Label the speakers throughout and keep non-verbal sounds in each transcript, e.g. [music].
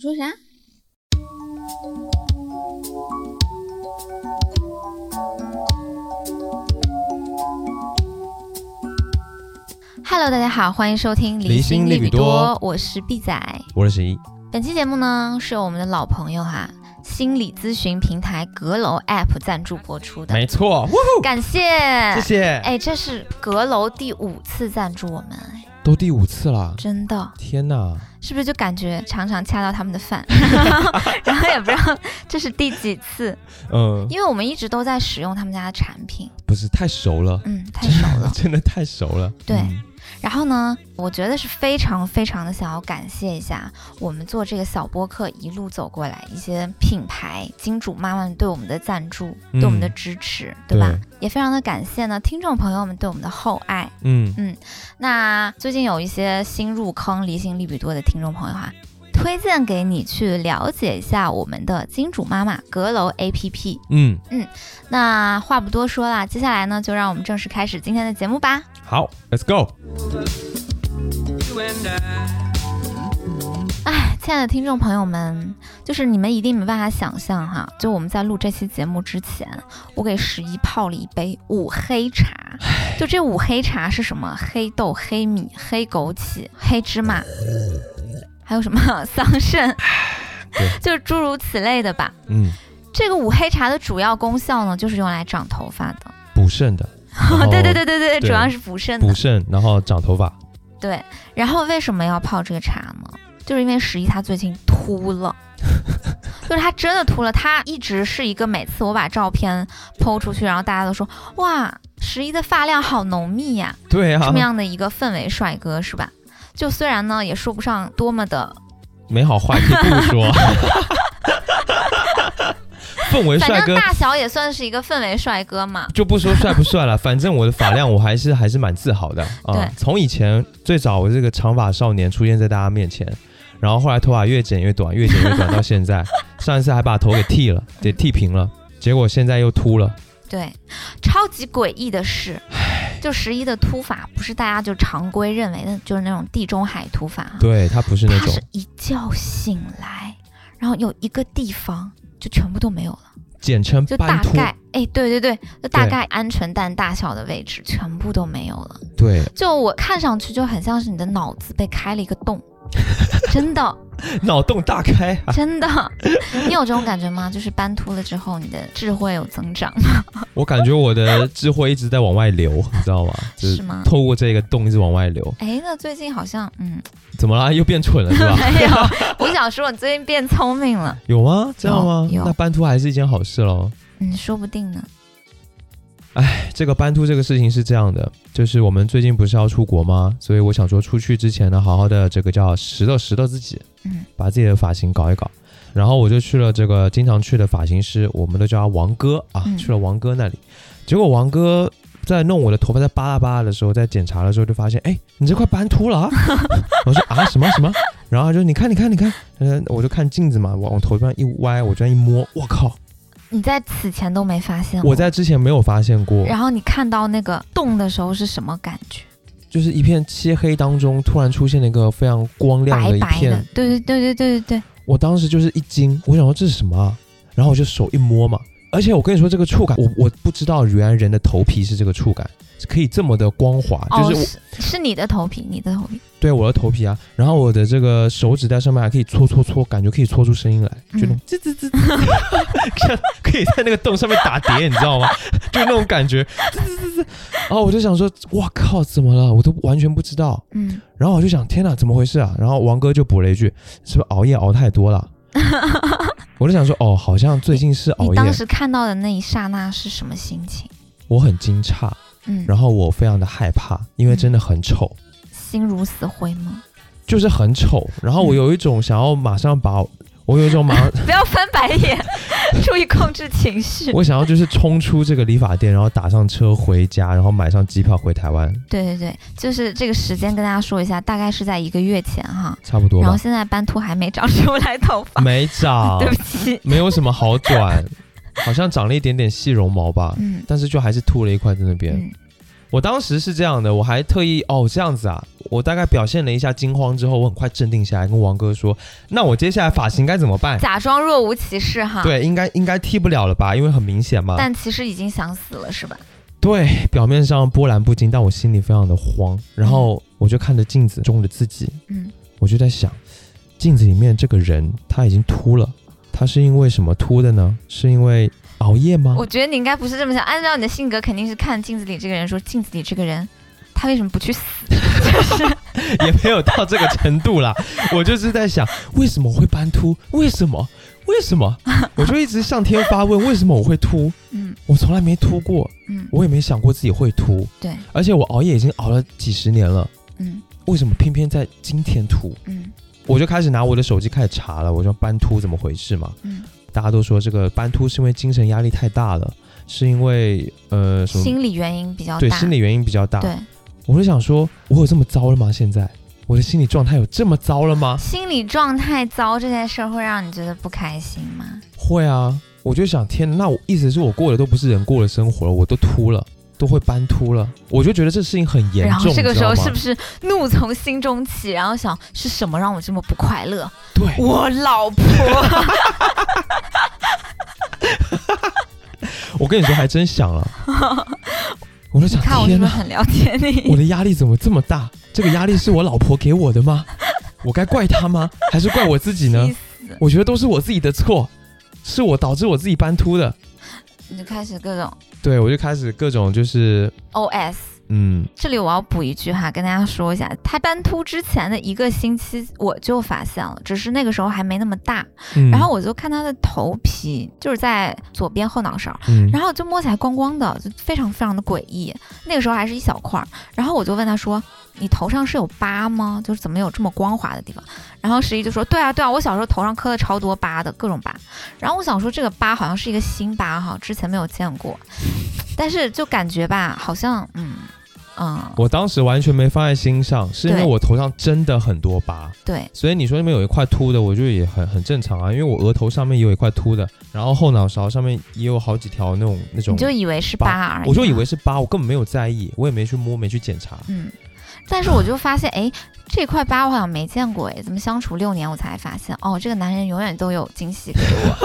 Speaker 1: 你说啥？Hello，大家好，欢迎收听《
Speaker 2: 离心
Speaker 1: 心
Speaker 2: 利
Speaker 1: 比
Speaker 2: 比多
Speaker 1: 我是毕仔。
Speaker 2: 我是十一，
Speaker 1: 本期节目呢，是由我们的老朋友哈、心理咨询平台阁楼 App 赞助播出的，
Speaker 2: 没错，
Speaker 1: 感谢。
Speaker 2: 谢谢，
Speaker 1: 哎，这是阁楼第五次赞助我们，哎
Speaker 2: 都第五次了，
Speaker 1: 真的，
Speaker 2: 天哪！
Speaker 1: 是不是就感觉
Speaker 2: 嗯
Speaker 1: 常常掐到他们的
Speaker 2: [laughs]
Speaker 1: 饭， [laughs] 然后也不知道这是第几次，
Speaker 2: 嗯，
Speaker 1: 因为我们一直都在使用他们家的产品，
Speaker 2: 不是太熟了，。
Speaker 1: 嗯，太熟了
Speaker 2: [laughs] 真的太熟了。
Speaker 1: 对
Speaker 2: 嗯
Speaker 1: 然后呢，我觉得是非常非常的想要感谢一下我们做这个小播客一路走过来一些品牌金主妈妈们对我们的赞助，
Speaker 2: 嗯
Speaker 1: 对我们的支持，对吧？也非常的感谢呢听众朋友们对我们的厚爱。
Speaker 2: 嗯，
Speaker 1: 那最近有一些新入坑离心利比多的听众朋友哈、推荐给你去了解一下我们的金主妈妈阁楼 APP。
Speaker 2: 嗯，
Speaker 1: 那话不多说啦，接下来呢，就让我们正式开始今天的节目吧。 [laughs]
Speaker 2: 好，Let's go。
Speaker 1: 哎，亲爱的听众朋友们，就是你们一定没办法想象哈，就我们在录这期节目之前，我给十一泡了一杯五黑茶。就这五黑茶是什么？黑豆、黑米、黑枸杞、黑芝麻，还有什么 [laughs] 桑葚
Speaker 2: 对，
Speaker 1: 就是诸如此类的吧。
Speaker 2: 嗯，
Speaker 1: 这个五黑茶的主要功效呢，就是用来长头发的。，
Speaker 2: 补肾的
Speaker 1: [laughs] 对对对对对，
Speaker 2: 哦对
Speaker 1: 主要是补肾
Speaker 2: 然后，
Speaker 1: 的
Speaker 2: 补。肾，然后长头发。
Speaker 1: 对，然后为什么要泡这个茶呢？就是因为十一他最近秃
Speaker 2: [laughs]
Speaker 1: 了，就是他真的秃了。他一直是一个每次我把照片剖出去，然后大家都说哇，十一的发量好浓密呀、
Speaker 2: 对
Speaker 1: 这
Speaker 2: 啊
Speaker 1: 么，样的一个氛围帅哥是吧？就虽然呢也说不上多么的，
Speaker 2: 没好坏可以不
Speaker 1: [laughs]
Speaker 2: 说。氛围
Speaker 1: 反
Speaker 2: 帅
Speaker 1: 正
Speaker 2: 哥
Speaker 1: 大小也算是一个氛围帅哥嘛。
Speaker 2: 就不说帅不
Speaker 1: [laughs]
Speaker 2: 帅了，反正我的发量我还是还是蛮自豪的啊
Speaker 1: 对。
Speaker 2: 从以前最早我这个长发少年出现在大家面前，然后后来头发越剪越短，越剪越短，到
Speaker 1: [laughs]
Speaker 2: 现在上一次还把头给剃了，给剃平了，结果现在又秃了。
Speaker 1: 对，超级诡异的是，就十一的秃发不是大家就常规认为的，就是那种地中海秃发哈。
Speaker 2: 对他不是那
Speaker 1: 他
Speaker 2: 种
Speaker 1: 是一觉醒来，然后有一个地方就全部都没有了，
Speaker 2: 简称
Speaker 1: 就
Speaker 2: 斑
Speaker 1: 大
Speaker 2: 秃，
Speaker 1: 概哎，对对对，就大
Speaker 2: 对
Speaker 1: 概鹌鹑蛋大小的位置全部都没有了。
Speaker 2: 对，
Speaker 1: 就我看上去就很像是你的脑子被开了一个
Speaker 2: [laughs]
Speaker 1: 洞，真的
Speaker 2: 脑洞大开啊！
Speaker 1: 真的，你有这种感觉吗？就是斑秃了之后，你的智慧有增长，
Speaker 2: 我感觉我的智慧一直在往外流，你
Speaker 1: [laughs]
Speaker 2: 知道吗？就是是
Speaker 1: 吗？
Speaker 2: 透过这个洞一直往外流。
Speaker 1: 哎，那最近好像嗯，
Speaker 2: 怎么啦？又变蠢了是
Speaker 1: [laughs]
Speaker 2: 吧？ [laughs]
Speaker 1: 没有，我想说我最近变聪明了，
Speaker 2: 有吗？这样吗？
Speaker 1: 有有
Speaker 2: 那斑秃还是一件好事喽。
Speaker 1: 嗯，说不定呢。
Speaker 2: 这个斑秃这个事情是这样的，就是我们最近不是要出国吗？所以我想说，出去之前呢，好好的这个叫拾掇拾掇自己，
Speaker 1: 嗯，
Speaker 2: 把自己的发型搞一搞。然后我就去了这个经常去的发型师，我们都叫他王哥啊，
Speaker 1: 嗯
Speaker 2: 去了王哥那里。结果王哥在弄我的头发，在扒拉扒拉的时候，在检查的时候就发现，哎，你这块斑秃了啊！ [laughs] 我说啊，什么什么？然后他就你看你看你看，嗯，我就看镜子嘛，往往头上一歪，我这样一摸，我靠，
Speaker 1: 你在此前都没发现
Speaker 2: 我在之前没有发现过。
Speaker 1: 然后你看到那个洞的时候是什么感觉？
Speaker 2: 就是一片漆黑当中突然出现了一个非常光亮
Speaker 1: 白
Speaker 2: 一
Speaker 1: 白
Speaker 2: 片，
Speaker 1: 的，对对对对对对对，
Speaker 2: 我当时就是一惊，我想说这是什么啊、然后我就手一摸嘛，而且我跟你说这个触感，我我不知道原来人的头皮是这个触感，是可以这么的光滑，就是我、
Speaker 1: 哦是是你的头皮，你的头皮，
Speaker 2: 对我的头皮啊，然后我的这个手指在上面还可以搓搓搓，感觉可以搓出声音来，
Speaker 1: 嗯
Speaker 2: 就那种吱吱吱，像 [laughs] 可以在那个洞上面打碟，你知道吗？就那种感觉，吱吱吱吱，然后我就想说，哇靠，怎么了？我都完全不知道。
Speaker 1: 嗯，
Speaker 2: 然后我就想，天哪，怎么回事啊？然后王哥就补了一句：“是不是熬夜熬太
Speaker 1: [laughs]
Speaker 2: 多了？”我就想说，哦，好像最近是熬
Speaker 1: 你当
Speaker 2: 夜，
Speaker 1: 时看到的那一刹那是什么心情？
Speaker 2: 我很惊诧，
Speaker 1: 嗯，
Speaker 2: 然后我非常的害怕，因为真的很丑，
Speaker 1: 心如死灰吗？ [laughs]
Speaker 2: 就是很丑。然后我有一种想要马上把我，我有一种马
Speaker 1: [laughs]
Speaker 2: 上，
Speaker 1: 不要翻白眼，注意控制情绪
Speaker 2: 我想要就是冲出这个理发店，然后打上车回家，然后买上机票回台湾，
Speaker 1: 对对对，就是这个时间跟大家说一下，大概是在一个月前哈。
Speaker 2: 差不多
Speaker 1: 然后
Speaker 2: 吧，啊
Speaker 1: 现在斑秃还没长出来头发，
Speaker 2: [laughs] 没长
Speaker 1: [laughs] 对，不起。
Speaker 2: 没有什么好转，好像长了一点点细绒毛吧，
Speaker 1: 嗯
Speaker 2: 但是就还是秃了一块在那边。
Speaker 1: 嗯，
Speaker 2: 我当时是这样的，我还特意哦这样子啊，我大概表现了一下惊慌之后，我很快镇定下来，跟王哥说，那我接下来发型该怎么办？
Speaker 1: 假装若无其事哈。。
Speaker 2: 对，啊应该应该剃不了了吧，因为很明显嘛。
Speaker 1: 但其实已经想死了是吧？
Speaker 2: 对，表面上波澜不惊，但我心里非常的慌。然后我就看着镜子中的自己，
Speaker 1: 嗯，
Speaker 2: 我就在想，镜子里面这个人他已经秃了，他是因为什么秃的呢？是因为熬夜吗？
Speaker 1: 我觉得你应该不是这么想。按照你的性格，肯定是看镜子里这个人说，镜子里这个人，他为什么不去死？
Speaker 2: [laughs] 也没有到这个程度啦。我就是在想，为什么我会斑秃？为什么？为什么？我就一直向天发问，为什么我会秃？
Speaker 1: 嗯
Speaker 2: 我从来没秃过，
Speaker 1: 嗯
Speaker 2: 我也没想过自己会秃。
Speaker 1: 对，
Speaker 2: 而且我熬夜已经熬了几十年了，
Speaker 1: 嗯
Speaker 2: 为什么偏偏在今天秃？
Speaker 1: 嗯
Speaker 2: 我就开始拿我的手机开始查了，我说斑秃怎么回事嘛？
Speaker 1: 嗯，
Speaker 2: 大家都说这个斑秃是因为精神压力太大了，是因为呃什么？
Speaker 1: 心理原因比较大。
Speaker 2: 对，心理啊原因比较大。
Speaker 1: 对
Speaker 2: 我就想说，我有这么糟了吗？现在我的心理状态有这么糟了吗？
Speaker 1: 心理状态糟这件事儿会让你觉得不开心吗？
Speaker 2: 会啊，我就想，天，那我意思是我过的都不是人过的生活了，我都秃了，都会斑秃了，我就觉得这事情很严重。
Speaker 1: 然后这个时候
Speaker 2: 你知道
Speaker 1: 是
Speaker 2: 吗
Speaker 1: 不是怒从心中起，然后想是什么让我这么不快乐？
Speaker 2: 对？
Speaker 1: 我老
Speaker 2: [laughs]
Speaker 1: 婆，
Speaker 2: 我跟你说，还真想了，
Speaker 1: [laughs]
Speaker 2: 我就想，
Speaker 1: 看我是
Speaker 2: 天
Speaker 1: 不是
Speaker 2: 哪，
Speaker 1: 很了解
Speaker 2: 我
Speaker 1: 你？
Speaker 2: 的压力怎么这么大？这个压力是我老婆给我的吗？我该怪她吗？还是怪我自己
Speaker 1: [laughs]
Speaker 2: 呢
Speaker 1: 气？死！
Speaker 2: 我觉得都是我自己的错，是我导致我自己斑秃的。
Speaker 1: 你就开始各种
Speaker 2: 对，我就开始各种就是，
Speaker 1: OS。
Speaker 2: 嗯，
Speaker 1: 这里我要补一句哈，跟大家说一下，他斑秃之前的一个星期我就发现了，只是那个时候还没那么大。
Speaker 2: 嗯
Speaker 1: 然后，我就看他的头皮，就是在左边后脑勺，
Speaker 2: 嗯，
Speaker 1: 然后就摸起来光光的，就非常非常的诡异。那个时候还是一小块儿，然后我就问他说：“你头上是有疤吗？就是怎么有这么光滑的地方？”然后十一就说：“对啊，对啊，我小时候头上磕了超多疤的，各种疤。”然后我想说这个疤好像是一个新疤哈，之前没有见过，但是就感觉吧，好像嗯嗯
Speaker 2: 我当时完全没放在心上，是因为
Speaker 1: 对
Speaker 2: 我头上真的很多疤。
Speaker 1: 对，
Speaker 2: 所以你说那边有一块秃的，我觉得也很很正常啊，因为我额头上面也有一块秃的，然后后脑勺上面也有好几条那种那种
Speaker 1: 你，就以为是疤而已，
Speaker 2: 我就以为是疤，我根本没有在意，我也没去摸，没去检 [laughs] 查。
Speaker 1: 嗯，但是我就发现，哎，这块疤我好像没见过，哎，怎么相处六年我才发现，哦，这个男人永远都有惊喜给我。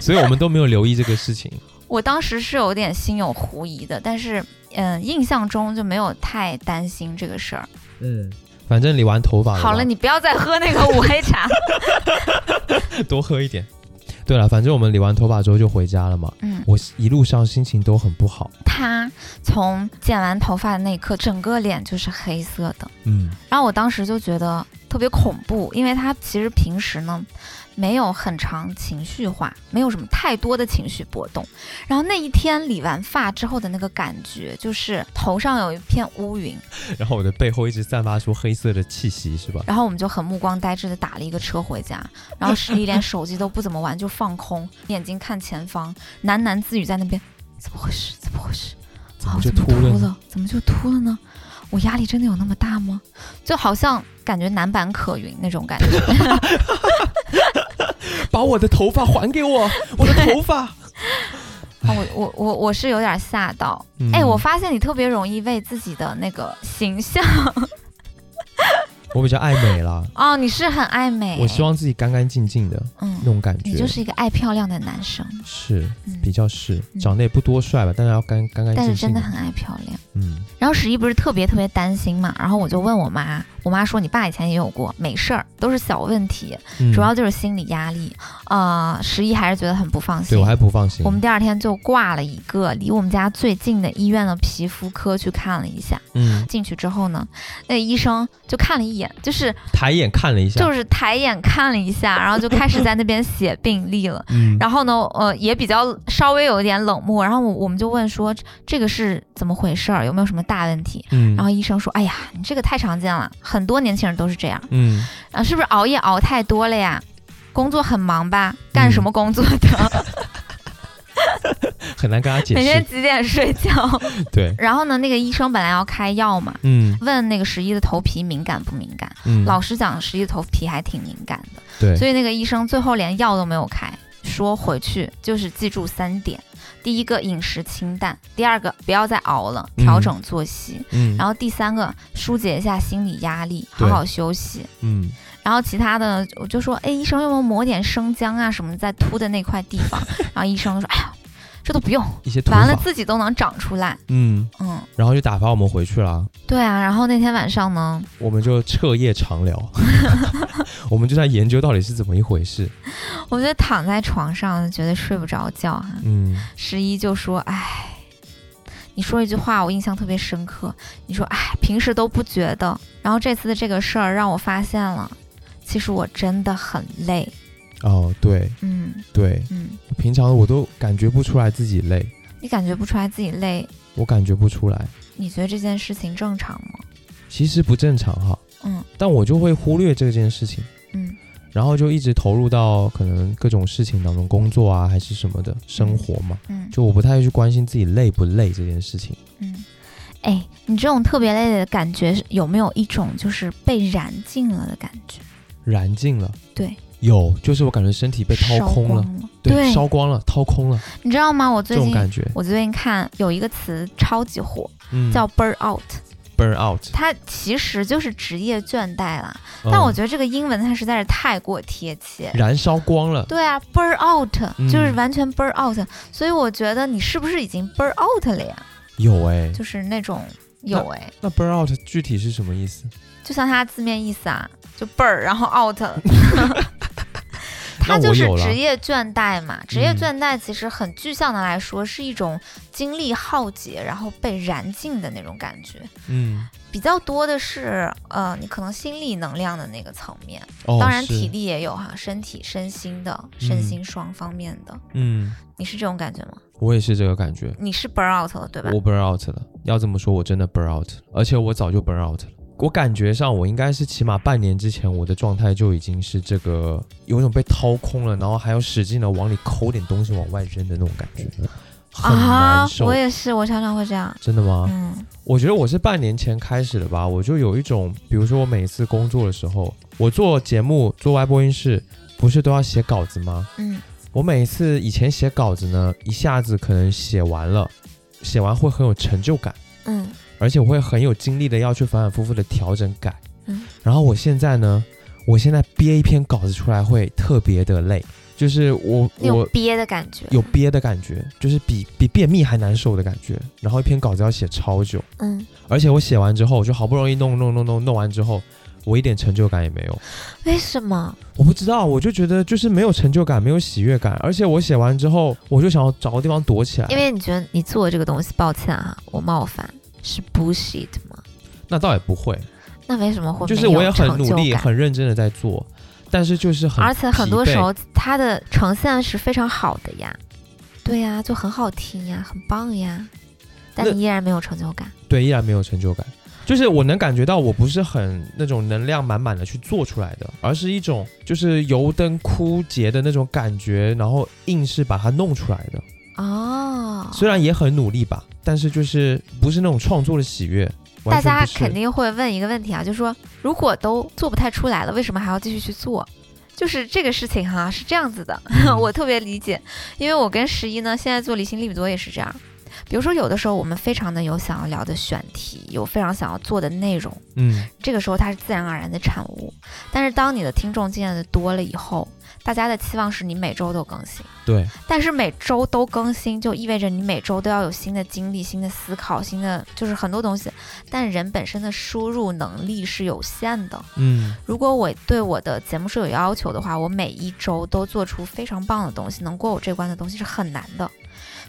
Speaker 2: 所以我们都没有留意这个事情。
Speaker 1: 我当时是有点心有狐疑的，但是嗯、印象中就没有太担心这个事儿。
Speaker 2: 嗯，反正理完头发
Speaker 1: 好了，你不要再喝那个五黑
Speaker 2: [laughs]
Speaker 1: 茶。
Speaker 2: 多喝一点。对了，反正我们理完头发之后就回家了嘛。
Speaker 1: 嗯，
Speaker 2: 我一路上心情都很不好。
Speaker 1: 他从剪完头发的那一刻，整个脸就是黑色的。
Speaker 2: 嗯
Speaker 1: 然后我当时就觉得特别恐怖，因为他其实平时呢没有很长情绪化，没有什么太多的情绪波动。然后那一天理完发之后的那个感觉，就是头上有一片乌云，
Speaker 2: 然后我的背后一直散发出黑色的气息，是吧？
Speaker 1: 然后我们就很目光呆滞的打了一个车回家，然后史力连手机都不怎么玩，就放空，眼睛看前方，喃喃自语在那边，怎么回事？怎么回事？
Speaker 2: 怎
Speaker 1: 啊
Speaker 2: 么
Speaker 1: 我
Speaker 2: 就
Speaker 1: 怎么
Speaker 2: 秃了
Speaker 1: 秃
Speaker 2: 呢？
Speaker 1: 了？怎么就秃了呢？我压力真的有那么大吗？就好像感觉难版可云那种感觉。
Speaker 2: 把我的头发还给我，我的头发。
Speaker 1: 啊，我我我我是有点吓到。
Speaker 2: 哎
Speaker 1: [laughs]
Speaker 2: 嗯
Speaker 1: 哎、我发现你特别容易为自己的那个形象
Speaker 2: 嗯我比较爱美啦，
Speaker 1: 哦，你是很爱美。
Speaker 2: 我希，望自己干干净净的那
Speaker 1: 嗯，
Speaker 2: 种感觉。
Speaker 1: 你就是一个爱漂亮的男生，
Speaker 2: 是比
Speaker 1: 嗯，
Speaker 2: 较是，
Speaker 1: 嗯
Speaker 2: 长得也不多帅吧，但是要干干干
Speaker 1: 但是
Speaker 2: 净
Speaker 1: 真
Speaker 2: 净
Speaker 1: 的很爱漂亮。
Speaker 2: 嗯，
Speaker 1: 然后十一不是特别特别担心嘛，然后我就问我妈，我妈说你爸以前也有过，没事儿，都是小问题，
Speaker 2: 嗯
Speaker 1: 主要就是心理压力。呃，十一还是觉得很不放心
Speaker 2: 对我。还不放心。
Speaker 1: 我们第二天就挂了一个离我们家最近的医院的皮肤科去看了一下，
Speaker 2: 嗯，
Speaker 1: 进去之后呢，那个医生就看了一眼，就是
Speaker 2: 抬眼看了一下，
Speaker 1: 就是抬眼看了一下，然后就开始在那边写病历
Speaker 2: [laughs]
Speaker 1: 了。
Speaker 2: 嗯，
Speaker 1: 然后呢，呃，也比较稍微有一点冷漠。然后我我们就问说，这个是怎么回事儿？有没有什么大问题？
Speaker 2: 嗯，
Speaker 1: 然后医生说，哎呀，你这个太常见了，很多年轻人都是这样。
Speaker 2: 嗯，
Speaker 1: 啊，是不是熬夜熬太多了呀？工作很忙
Speaker 2: 嗯
Speaker 1: 吧？干什么工作的？
Speaker 2: 很难跟他 [laughs] 解
Speaker 1: 每天
Speaker 2: 释。
Speaker 1: 几点睡觉？ [laughs]
Speaker 2: 对，
Speaker 1: 然后呢，那个医生本来要开药嘛，
Speaker 2: 嗯
Speaker 1: 问那个十一的头皮敏感不敏感？
Speaker 2: 嗯，
Speaker 1: 老实讲，十一的头皮还挺敏感的。
Speaker 2: 对，
Speaker 1: 所以那个医生最后连药都没有开，说回去就是记住三点。第一个饮食清淡，第二个不要再熬了，调整作息，
Speaker 2: 嗯，
Speaker 1: 然
Speaker 2: 后
Speaker 1: 后第三个疏解一下心理压力，好
Speaker 2: 对
Speaker 1: 好休息。
Speaker 2: 嗯，
Speaker 1: 然后其他的我就说，哎，医生要不要抹点生姜啊什么在秃的那块地方？然后医生就说，哎呀，这都不
Speaker 2: [laughs]
Speaker 1: 用，
Speaker 2: 一些头
Speaker 1: 完了
Speaker 2: 发
Speaker 1: 自己都能长出来。
Speaker 2: 嗯，
Speaker 1: 嗯，
Speaker 2: 然后就打发我们回去了。
Speaker 1: 对啊。然后那天晚上呢，
Speaker 2: 我们就彻夜
Speaker 1: [laughs]
Speaker 2: 长聊，我们就在研究到底是怎么一回事。
Speaker 1: 我就躺在床上，觉得睡不着觉啊哈、
Speaker 2: 嗯，
Speaker 1: 十一就说：“哎，你说一句话，我印象特别深刻。你说，哎，平时都不觉得，然后这次的这个事儿让我发现了，其实我真的很累。
Speaker 2: 哦，对
Speaker 1: 嗯
Speaker 2: 对，
Speaker 1: 嗯，
Speaker 2: 平常我都感觉不出来自己累，
Speaker 1: 你感觉不出来自己累，
Speaker 2: 我感觉不出来，
Speaker 1: 你觉得这件事情正常吗？
Speaker 2: 其实不正常哈。
Speaker 1: 嗯
Speaker 2: 但我就会忽略这件事情，
Speaker 1: 嗯
Speaker 2: 然后就一直投入到可能各种事情当中，工作啊还是什么的生活嘛，
Speaker 1: 嗯
Speaker 2: 就我不太去关心自己累不累这件事情。
Speaker 1: 嗯。哎，你这种特别累的感觉，有没有一种就是被燃尽了的感觉？
Speaker 2: 燃尽了，
Speaker 1: 对，
Speaker 2: 有，就是我感觉身体被掏空
Speaker 1: 烧
Speaker 2: 了，
Speaker 1: 光了
Speaker 2: 对，
Speaker 1: 对
Speaker 2: 烧光了，掏空了，
Speaker 1: 你知道吗？我
Speaker 2: 这
Speaker 1: 最
Speaker 2: 种
Speaker 1: 近
Speaker 2: 感觉，
Speaker 1: 我最近看有一个词超级火，
Speaker 2: 嗯，
Speaker 1: 叫 burn out。
Speaker 2: burn out。
Speaker 1: 它其实就是职业倦怠啦。
Speaker 2: 嗯
Speaker 1: 但我觉得这个英文它实在是太过贴切。
Speaker 2: 燃烧光了，
Speaker 1: 对啊，burn out
Speaker 2: 嗯
Speaker 1: 就是完全 burn out，、所以我觉得你是不是已经 burn out 了呀？
Speaker 2: 有哎、
Speaker 1: 就是那种有哎、
Speaker 2: 那 burn out 具体是什么意思？
Speaker 1: 就像它字面意思啊，就 burn 然后 out 了。它
Speaker 2: 那
Speaker 1: 就
Speaker 2: 我
Speaker 1: 是
Speaker 2: 有了
Speaker 1: 职业倦怠嘛，职业
Speaker 2: 嗯
Speaker 1: 倦怠其实很具象的来说是一种精力耗竭，然后被燃尽的那种感觉，
Speaker 2: 嗯，
Speaker 1: 比较多的是呃，你可能心理能量的那个层面。
Speaker 2: 哦，
Speaker 1: 当然
Speaker 2: 是
Speaker 1: 体，力也有哈，身体、身心的、
Speaker 2: 嗯
Speaker 1: 身心双方面的。
Speaker 2: 嗯，
Speaker 1: 你是这种感觉吗？
Speaker 2: 我也是这个感觉，
Speaker 1: 你是 burn out 了对吧？
Speaker 2: 我 burn out 了。要这么说，我真的 burn out，了而且我早就 burn out 了。我感觉上，我应该是起码半年之前，我的状态就已经是这个有一种被掏空了，然后还要使劲的往里抠点东西往外扔的那种感觉，很
Speaker 1: 啊
Speaker 2: 难，受。啊
Speaker 1: 我也是，我常常会这样。
Speaker 2: 真的吗？
Speaker 1: 嗯
Speaker 2: 我觉得我是半年前开始的吧，我就有一种，比如说我每次工作的时候，我做节目、做外播音室，不是都要写稿子吗？
Speaker 1: 嗯
Speaker 2: 我每次以前写稿子呢，一下子可能写完了，写完会很有成就感，
Speaker 1: 嗯
Speaker 2: 而且我会很有精力的要去反反复复的调整改。
Speaker 1: 嗯
Speaker 2: 然后我现在呢，我现在憋一篇稿子出来会特别的累，就是我
Speaker 1: 那种
Speaker 2: 我
Speaker 1: 憋的感觉。
Speaker 2: 有憋的感觉，就是比比便秘还难受的感觉。然后一篇稿子要写超久。
Speaker 1: 嗯，
Speaker 2: 而且我写完之后，我就好不容易弄弄弄弄弄完之后，我一点成就感也没有。
Speaker 1: 为什么？
Speaker 2: 我不知道，我就觉得就是没有成就感，没有喜悦感。而且我写完之后，我就想要找个地方躲起来。
Speaker 1: 因为你觉得你做这个东西，抱歉啊，我冒犯是 bullshit 吗？
Speaker 2: 那倒也不会，
Speaker 1: 那为什么会
Speaker 2: 就是
Speaker 1: 没有
Speaker 2: 我也很
Speaker 1: 成
Speaker 2: 努
Speaker 1: 就
Speaker 2: 力、
Speaker 1: 感
Speaker 2: 很认真的在做，但是就是很
Speaker 1: 而且很多
Speaker 2: 疲惫
Speaker 1: 时候它的呈现是非常好的呀，对呀，就很好听呀，很棒呀，但
Speaker 2: 那
Speaker 1: 你依然没有成就感。
Speaker 2: 对依然没有成就感。就是我能感觉到，我不是很那种能量满满的去做出来的，而是一种就是油灯枯竭的那种感觉，然后硬是把它弄出来的。
Speaker 1: 哦，
Speaker 2: 虽然也很努力吧，但是就是不是那种创作的喜悦。
Speaker 1: 大
Speaker 2: 完全
Speaker 1: 家
Speaker 2: 不是
Speaker 1: 肯定会问一个问题啊，就说如果都做不太出来了，为什么还要继续去做？就是这个事情哈、是这样子的，[laughs]
Speaker 2: 嗯
Speaker 1: 我特别理解，因为我跟十一呢，现在做离心力比多也是这样。比如说，有的时候我们非常的有想要聊的选题，有非常想要做的内容，
Speaker 2: 嗯
Speaker 1: 这个时候它是自然而然的产物。但是当你的听众经验的多了以后，大家的期望是你每周都更新。
Speaker 2: 对，
Speaker 1: 但是每周都更新，就意味着你每周都要有新的经历、新的思考、新的就是很多东西。但人本身的输入能力是有限的。
Speaker 2: 嗯
Speaker 1: 如果我对我的节目是有要求的话，我每一周都做出非常棒的东西，能过我这关的东西是很难的。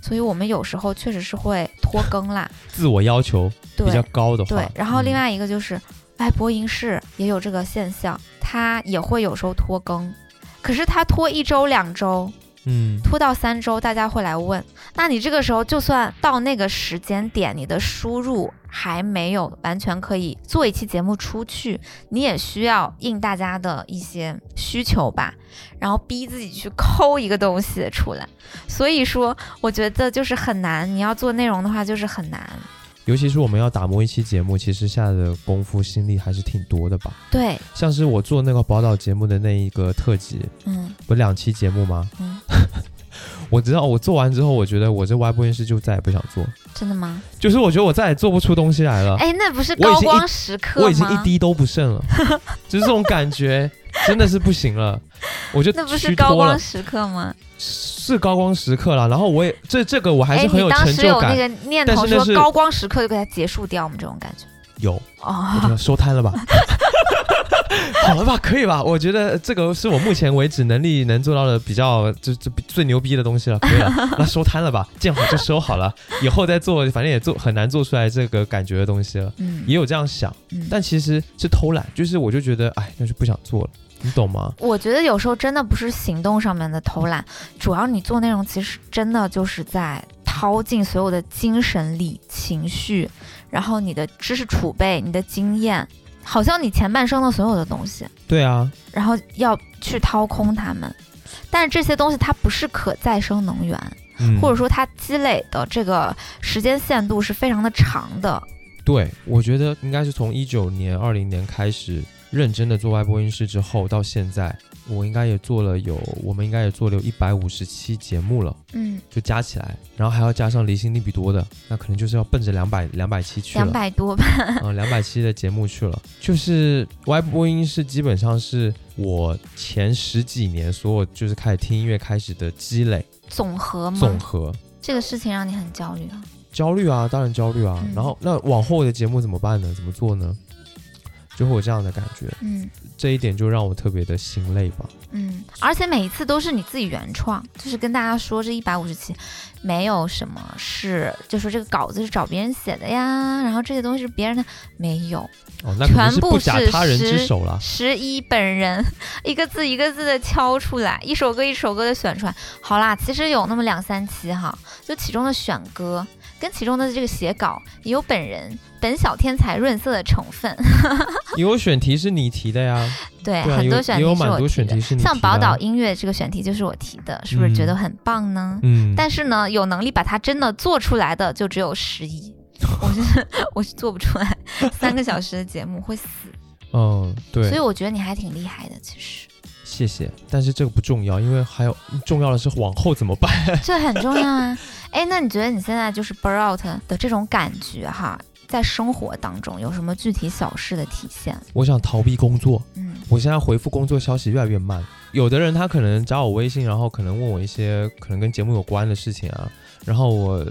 Speaker 1: 所以我们有时候确实是会拖更啦，
Speaker 2: 自我要求
Speaker 1: 对
Speaker 2: 比较高的话，
Speaker 1: 对。然后另
Speaker 2: 嗯、
Speaker 1: 外一个就是，哎，播音室也有这个现象，它也会有时候拖更，可是它拖一周两周，
Speaker 2: 嗯，
Speaker 1: 拖到三周，大家会来问，那你这个时候就算到那个时间点，你的输入还没有完全可以做一期节目出去，你也需要应大家的一些需求吧，然后逼自己去抠一个东西出来。所以说，我觉得就是很难，你要做内容的话就是很难。
Speaker 2: 尤其是我们要打磨一期节目，其实下的功夫心力还是挺多的吧。
Speaker 1: 对，
Speaker 2: 像是我做那个宝岛节目的那一个特辑，
Speaker 1: 嗯
Speaker 2: 不两期节目吗？
Speaker 1: 嗯
Speaker 2: [laughs] 我知道我做完之后，我觉得我这歪播音室就再也不想做，
Speaker 1: 真的吗？
Speaker 2: 就是我觉得我再也做不出东西来了，
Speaker 1: 哎，那不是
Speaker 2: 我已
Speaker 1: 高
Speaker 2: 经一
Speaker 1: 光时刻吗？
Speaker 2: 啊我已经一滴都不剩
Speaker 1: [laughs]
Speaker 2: 了，就是这种感觉真的是不行了，我就
Speaker 1: 那不是
Speaker 2: 虚
Speaker 1: 高
Speaker 2: 脱了
Speaker 1: 光，时刻吗？
Speaker 2: 是高光时刻了。然后我也这这个我还
Speaker 1: 哎，
Speaker 2: 是很
Speaker 1: 你当
Speaker 2: 成
Speaker 1: 时
Speaker 2: 就
Speaker 1: 有
Speaker 2: 感
Speaker 1: 那，个念
Speaker 2: 但
Speaker 1: 头
Speaker 2: 是那
Speaker 1: 说
Speaker 2: 是
Speaker 1: 高光时刻就给它结束掉，我们这种感觉
Speaker 2: 有我觉
Speaker 1: 哦。
Speaker 2: [laughs] 得收摊了吧。好了吧，可以吧？我觉得这个是我目前为止能力能做到的比较，就就最牛逼的东西了，可以了。那收摊了吧，见好就收好了，以后再做，反正也做很难做出来这个感觉的东西了。
Speaker 1: 嗯
Speaker 2: 也有这样想，
Speaker 1: 嗯，
Speaker 2: 但其实是偷懒，就是我就觉得，哎，那就不想做了，你懂吗？
Speaker 1: 我觉得有时候真的不是行动上面的偷懒，主要你做内容其实真的就是在掏尽所有的精神力、情绪，然后你的知识储备、你的经验，好像你前半生的所有的东西，
Speaker 2: 对啊，
Speaker 1: 然后要去掏空它们。但是这些东西它不是可再生能源，
Speaker 2: 嗯，
Speaker 1: 或者说它积累的这个时间限度是非常的长的。
Speaker 2: 对，我觉得应该是从一九年、二零年开始认真的做外播音室之后，到现在，我应该也做了有，我们应该也做了有一百五十期节目了。
Speaker 1: 嗯，
Speaker 2: 就加起来，然后还要加上离心力比多的，那可能就是要奔着两百两百期去
Speaker 1: 两
Speaker 2: 了，
Speaker 1: 百多吧。
Speaker 2: 嗯，两百期的节目去了。就是歪播音是基本上是我前十几年所有就是开始听音乐开始的积累
Speaker 1: [laughs] 总和吗？
Speaker 2: 总和。
Speaker 1: 这个事情让你很焦虑啊。
Speaker 2: 焦虑啊，当然焦虑啊。
Speaker 1: 嗯
Speaker 2: 然后那往后的节目怎么办呢？怎么做呢？就会有这样的感觉，
Speaker 1: 嗯
Speaker 2: 这一点就让我特别的心累吧。
Speaker 1: 嗯，而且每一次都是你自己原创，就是跟大家说这一百五十期没有什么是，就说这个稿子是找别人写的呀，然后这些东西是别人的，没有，
Speaker 2: 哦，那肯定
Speaker 1: 全部
Speaker 2: 不假
Speaker 1: 是
Speaker 2: 他人之
Speaker 1: 实
Speaker 2: 手啦。
Speaker 1: 十一本人一个字一个字的敲出来，一首歌一首歌的选出来。好啦，其实有那么两三期哈，就其中的选歌跟其中的这个写稿也有本人本小天才润色的成分。
Speaker 2: 也有选题是你提的呀，
Speaker 1: 对，
Speaker 2: 对啊，
Speaker 1: 哎很
Speaker 2: 有
Speaker 1: 多选
Speaker 2: 也有
Speaker 1: 题是
Speaker 2: 蛮
Speaker 1: 我
Speaker 2: 多
Speaker 1: 提
Speaker 2: 选
Speaker 1: 的
Speaker 2: 题。是你提的啊。
Speaker 1: 像宝岛音乐这个选题就是我提的，是不是觉得
Speaker 2: 嗯
Speaker 1: 很棒呢？
Speaker 2: 嗯，
Speaker 1: 但是呢，有能力把它真的做出来的就只有十
Speaker 2: [laughs]
Speaker 1: 一，我是 [laughs] 我是做不出来，三个小时的节目会死。
Speaker 2: 嗯，对，
Speaker 1: 所以我觉得你还挺厉害的，其实
Speaker 2: 谢谢，但是这个不重要，因为还有重要的是往后怎么办。
Speaker 1: 这很重要啊。 [laughs] 哎，那你觉得你现在就是 burn out 的这种感觉哈，在生活当中有什么具体小事的体现？
Speaker 2: 我想逃避工作，
Speaker 1: 嗯
Speaker 2: 我现在回复工作消息越来越慢。有的人他可能加我微信，然后可能问我一些可能跟节目有关的事情啊，然后我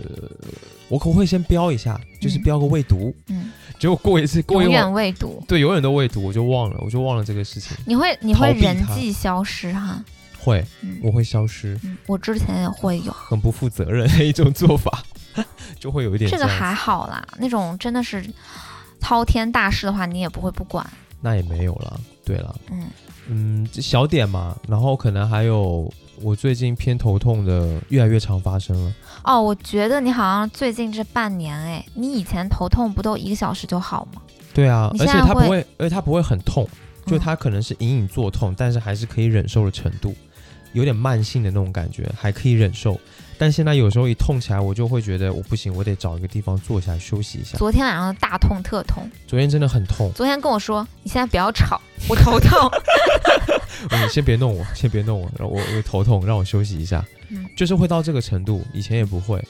Speaker 2: 我可能会先标一下，就是标个未读，
Speaker 1: 嗯，
Speaker 2: 结果过一次过一
Speaker 1: 永
Speaker 2: 会
Speaker 1: 远
Speaker 2: 儿，
Speaker 1: 未读，
Speaker 2: 对，永远都未读，我就忘了，我就忘了这个事情。
Speaker 1: 你会你会
Speaker 2: 逃避它
Speaker 1: 人际消失哈。
Speaker 2: 会，
Speaker 1: 嗯
Speaker 2: 我会消失，
Speaker 1: 嗯，我之前也会有。
Speaker 2: 很不负责任的一种做法， [laughs] 就会有一点
Speaker 1: 这个
Speaker 2: 样子
Speaker 1: 还好啦，那种真的是滔天大事的话，你也不会不管。
Speaker 2: 那也没有了。对了。
Speaker 1: 嗯
Speaker 2: 嗯，这小点嘛，然后可能还有我最近偏头痛的越来越常发生了。
Speaker 1: 哦，我觉得你好像最近这半年，哎，你以前头痛不都一个小时就好吗？
Speaker 2: 对啊，
Speaker 1: 你
Speaker 2: 而
Speaker 1: 现
Speaker 2: 且
Speaker 1: 在
Speaker 2: 它不
Speaker 1: 会
Speaker 2: 会，而且它不会很痛，就
Speaker 1: 嗯
Speaker 2: 它可能是隐隐作痛，但是还是可以忍受的程度，有点慢性的那种感觉，还可以忍受。但现在有时候一痛起来，我就会觉得我不行，我得找一个地方坐下来休息一下。
Speaker 1: 昨天晚上大痛特痛，
Speaker 2: 昨天真的很痛，
Speaker 1: 昨天跟我说你现在不要吵，我头
Speaker 2: [laughs]
Speaker 1: 痛。
Speaker 2: 你先别弄我， [laughs] 先别弄我，然后我我头痛，让我休息一下
Speaker 1: 嗯。
Speaker 2: 就是会到这个程度，以前也不会。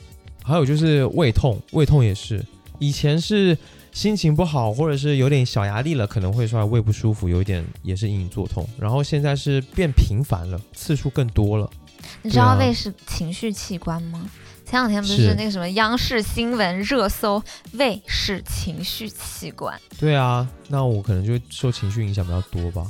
Speaker 2: 还有就是胃痛，胃痛也是，以前是心情不好，或者是有点小压力了，可能会说胃不舒服，有一点也是隐隐作痛。然后现在是变频繁了，次数更多了。
Speaker 1: 你知道
Speaker 2: 对啊
Speaker 1: 胃是情绪器官吗？前两天不
Speaker 2: 是
Speaker 1: 是那个什么央视新闻热搜，胃是情绪器官，
Speaker 2: 对啊，那我可能就受情绪影响比较多吧。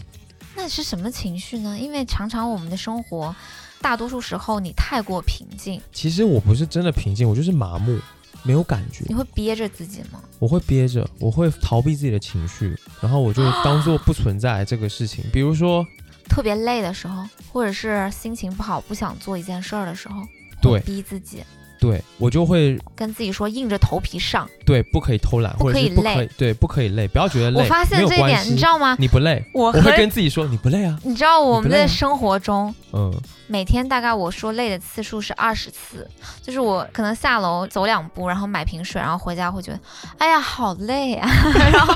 Speaker 1: 那是什么情绪呢？因为常常我们的生活，大多数时候你太过平静，
Speaker 2: 其实我不是真的平静，我就是麻木，没有感觉
Speaker 1: 你。会憋着自己吗？
Speaker 2: 我会憋着，我会逃避自己的情绪，然后我就当做不存在这个事
Speaker 1: [sighs]
Speaker 2: 情。比如说，
Speaker 1: 特别累的时候，或者是心情不好不想做一件事儿的时候，
Speaker 2: 对
Speaker 1: 会逼自己。
Speaker 2: 对我就会
Speaker 1: 跟自己说硬着头皮上。
Speaker 2: 对不可以偷懒，
Speaker 1: 不
Speaker 2: 或者
Speaker 1: 可以
Speaker 2: 是不
Speaker 1: 累
Speaker 2: 可以对不可以累，不要觉得累，
Speaker 1: 我发现
Speaker 2: 没有
Speaker 1: 这一
Speaker 2: 关
Speaker 1: 点，
Speaker 2: 系
Speaker 1: 你知道吗？
Speaker 2: 你不累，
Speaker 1: 我
Speaker 2: 我
Speaker 1: 和
Speaker 2: 会跟自己说你不累啊，
Speaker 1: 你知道我们
Speaker 2: 你不累
Speaker 1: 在
Speaker 2: 吗
Speaker 1: 生活中， [laughs]
Speaker 2: 嗯
Speaker 1: 每天大概我说累的次数是二十次，就是我可能下楼走两步，然后买瓶水，然后回家会觉得，哎呀好累啊， [laughs] 然后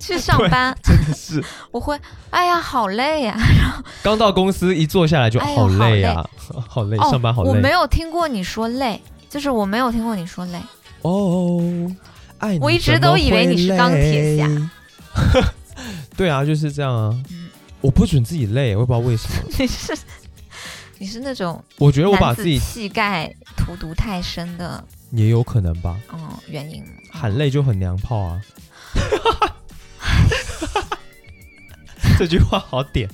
Speaker 1: 去上班
Speaker 2: 真的是
Speaker 1: 我会，哎呀好累呀、
Speaker 2: 刚到公司一坐下来就
Speaker 1: 哎呦
Speaker 2: 好累啊， [laughs] 好累，
Speaker 1: 哦
Speaker 2: 上班好
Speaker 1: 我没
Speaker 2: 累啊
Speaker 1: 有听过你说累，就是我没有听过你说累，
Speaker 2: 哦，爱你
Speaker 1: 我一直都以为你是钢铁侠
Speaker 2: 怎么会累， [laughs] 对啊，就是这样啊
Speaker 1: 嗯，
Speaker 2: 我不准自己累，我也不知道为什么，
Speaker 1: [laughs] 你是你是那种
Speaker 2: 我觉得我把
Speaker 1: 男
Speaker 2: 自
Speaker 1: 子
Speaker 2: 己
Speaker 1: 气概荼毒太深的
Speaker 2: 也有可能吧，
Speaker 1: 嗯原因吗，
Speaker 2: 喊累就很娘炮啊， [laughs] 这句话好点。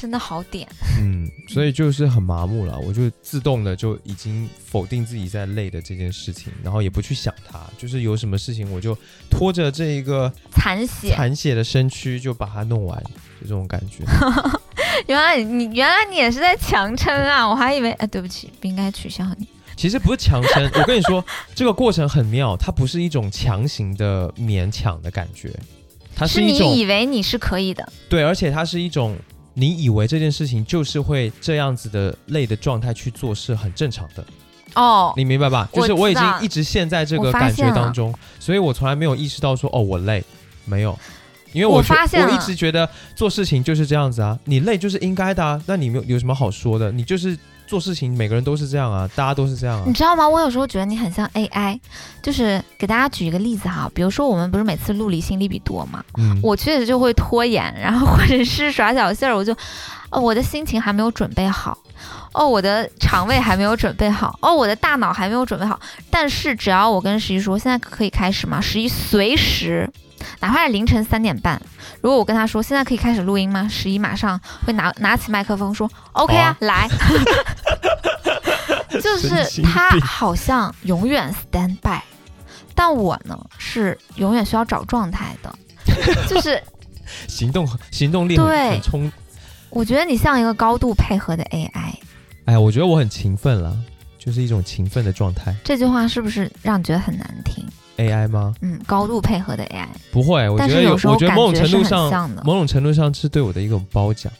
Speaker 1: 真的好点。
Speaker 2: 嗯，所以就是很麻木了，我就自动的就已经否定自己在累的这件事情，然后也不去想它，就是有什么事情我就拖着这一个
Speaker 1: 残血，
Speaker 2: 残血的身躯就把它弄完，就这种感觉。
Speaker 1: 原来你原来你也是在强撑啊！我还以为，哎，对不起，不应该取消你。
Speaker 2: 其实不是强撑，我跟你
Speaker 1: [laughs]
Speaker 2: 说，这个过程很妙，它不是一种强行的勉强的感觉，它
Speaker 1: 是
Speaker 2: 一种
Speaker 1: 你以为你是可以的，
Speaker 2: 对，而且它是一种你以为这件事情就是会这样子的累的状态去做是很正常的。
Speaker 1: 哦，
Speaker 2: 你明白吧？
Speaker 1: 我
Speaker 2: 就是我已
Speaker 1: 知道
Speaker 2: 经一直陷在这
Speaker 1: 我
Speaker 2: 个
Speaker 1: 发
Speaker 2: 感觉
Speaker 1: 现了
Speaker 2: 当中，所以我从来没有意识到说哦，我累，没有，因为
Speaker 1: 我
Speaker 2: 觉
Speaker 1: 发现
Speaker 2: 我一
Speaker 1: 了
Speaker 2: 直觉得做事情就是这样子啊，你累就是应该的啊，那你有有什么好说的？你就是做事情，每个人都是这样啊，大家都是这样啊
Speaker 1: 你，知道吗？我有时候觉得你很像 AI，就是给大家举一个例子哈，比如说我们不是每次录离心力比多嘛，
Speaker 2: 嗯，
Speaker 1: 我确实就会拖延，然后或者是耍小性儿，我就，哦，我的心情还没有准备好，哦，我的肠胃还没有准备好，哦，我的大脑还没有准备好。但是只要我跟十一说现在可以开始吗？十一随时，哪怕是凌晨三点半，如果我跟他说现在可以开始录音吗？十一马上会拿拿起麦克风说 OK 啊，来。
Speaker 2: [laughs]
Speaker 1: 就是
Speaker 2: 哦神经
Speaker 1: 他
Speaker 2: 病
Speaker 1: 好像永远 stand by，但我呢是永远需要找状态
Speaker 2: [laughs]
Speaker 1: 的，就是
Speaker 2: 行动行动力很
Speaker 1: 对
Speaker 2: 很冲，
Speaker 1: 我觉得你像一个高度配合的 AI，
Speaker 2: 哎呀，我觉得我很勤奋啦，就是一种勤奋的状态。
Speaker 1: 这句话是不是让你觉得很难听？
Speaker 2: AI 吗？
Speaker 1: 嗯，高度配合的 AI，
Speaker 2: 不会，我觉
Speaker 1: 但
Speaker 2: 得
Speaker 1: 是时候
Speaker 2: 我觉得
Speaker 1: 感
Speaker 2: 某种
Speaker 1: 觉
Speaker 2: 程
Speaker 1: 是
Speaker 2: 度
Speaker 1: 很
Speaker 2: 上，
Speaker 1: 像的
Speaker 2: 某种程度上是对我的一种褒奖，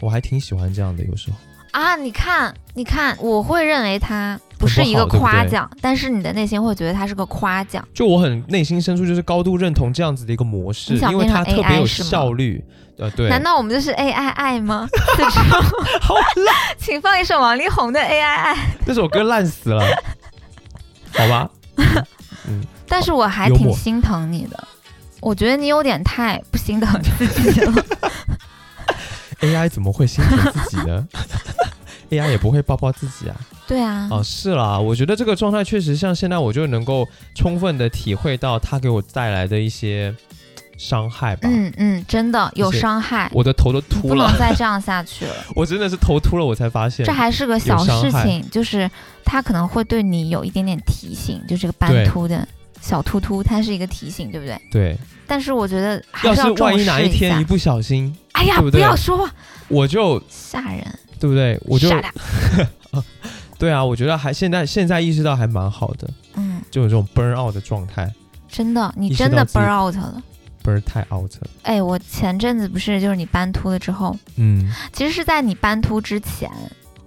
Speaker 2: 我还挺喜欢这样的，有时候。
Speaker 1: 啊！你看，你看，我会认为它不
Speaker 2: 很
Speaker 1: 是
Speaker 2: 不
Speaker 1: 一个
Speaker 2: 好对不
Speaker 1: 夸
Speaker 2: 对
Speaker 1: 奖，但是你的内心会觉得它是个夸奖。
Speaker 2: 就我很内心深处就是高度认同这样子的一个模式，
Speaker 1: 你想
Speaker 2: 因为它特别有效率。呃，对，
Speaker 1: 难道我们就是 AI 爱
Speaker 2: [laughs]
Speaker 1: 吗？此处
Speaker 2: 好烂，
Speaker 1: [laughs] 请放一首王力宏的 AI 爱。
Speaker 2: 那首歌烂
Speaker 1: [laughs]
Speaker 2: 死了，好吧？
Speaker 1: 但是我还
Speaker 2: 幽
Speaker 1: 挺
Speaker 2: 默
Speaker 1: 心疼你的，我觉得你有点太不心疼自己
Speaker 2: [laughs] 哦
Speaker 1: 了。
Speaker 2: AI 怎么会心疼自己呢 [laughs] ？AI 也不会抱抱自己啊！
Speaker 1: 对啊，
Speaker 2: 哦，是啦，我觉得这个状态确实像现在，我就能够充分的体会到它给我带来的一些嘖伤害吧。
Speaker 1: 嗯嗯，真的有
Speaker 2: 就是
Speaker 1: 伤害，
Speaker 2: 我的头都
Speaker 1: 你
Speaker 2: 秃
Speaker 1: 不
Speaker 2: 了，
Speaker 1: 能再这样下去了。
Speaker 2: 我真的是头秃了，我才发现
Speaker 1: 这。还是个小
Speaker 2: 有
Speaker 1: 事
Speaker 2: 伤害
Speaker 1: 情，就是他可能会对你有一点点提醒，就这个斑
Speaker 2: 对
Speaker 1: 秃的小秃秃，它是一个提醒，对不对？
Speaker 2: 对，
Speaker 1: 但是我觉得还
Speaker 2: 要
Speaker 1: 是
Speaker 2: 是
Speaker 1: 重
Speaker 2: 万
Speaker 1: 视
Speaker 2: 一哪一天
Speaker 1: 下
Speaker 2: 一不小心，
Speaker 1: 哎呀，
Speaker 2: 对不对
Speaker 1: 要说话，
Speaker 2: 我就
Speaker 1: 吓人，
Speaker 2: 对不对？我就
Speaker 1: 吓的，
Speaker 2: 对啊，我觉得还现在现在意识到还蛮好的，
Speaker 1: 嗯，
Speaker 2: 就有这种 burn out 的状态
Speaker 1: 真的，你
Speaker 2: 意识
Speaker 1: 真
Speaker 2: 到
Speaker 1: 的
Speaker 2: 自己
Speaker 1: burn out 了。
Speaker 2: ，burn 太 out 了。
Speaker 1: 哎，我前阵子不是就是你斑秃了之后， [laughs]
Speaker 2: 嗯，
Speaker 1: 其实是在你斑秃之前，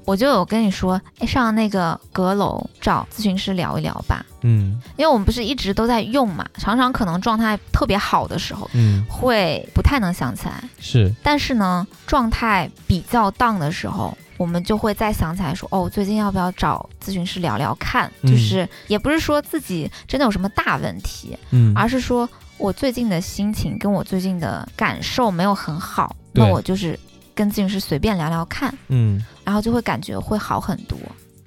Speaker 1: 我就有跟你说，哎，上那个阁楼找咨询师聊一聊吧，
Speaker 2: 嗯
Speaker 1: 因为我们不是一直都在用嘛，常常可能状态特别好的时候
Speaker 2: 嗯，
Speaker 1: 会不太能想起来。
Speaker 2: 是
Speaker 1: 但是呢，状态比较荡的时候，我们就会再想起来说，哦，最近要不要找咨询师聊聊看？
Speaker 2: 嗯
Speaker 1: 就是也不是说自己真的有什么大问题，
Speaker 2: 嗯，
Speaker 1: 而是说我最近的心情跟我最近的感受没有很好，
Speaker 2: 对
Speaker 1: 那我就是跟咨询师随便聊聊看，
Speaker 2: 嗯
Speaker 1: 然后就会感觉会好很多。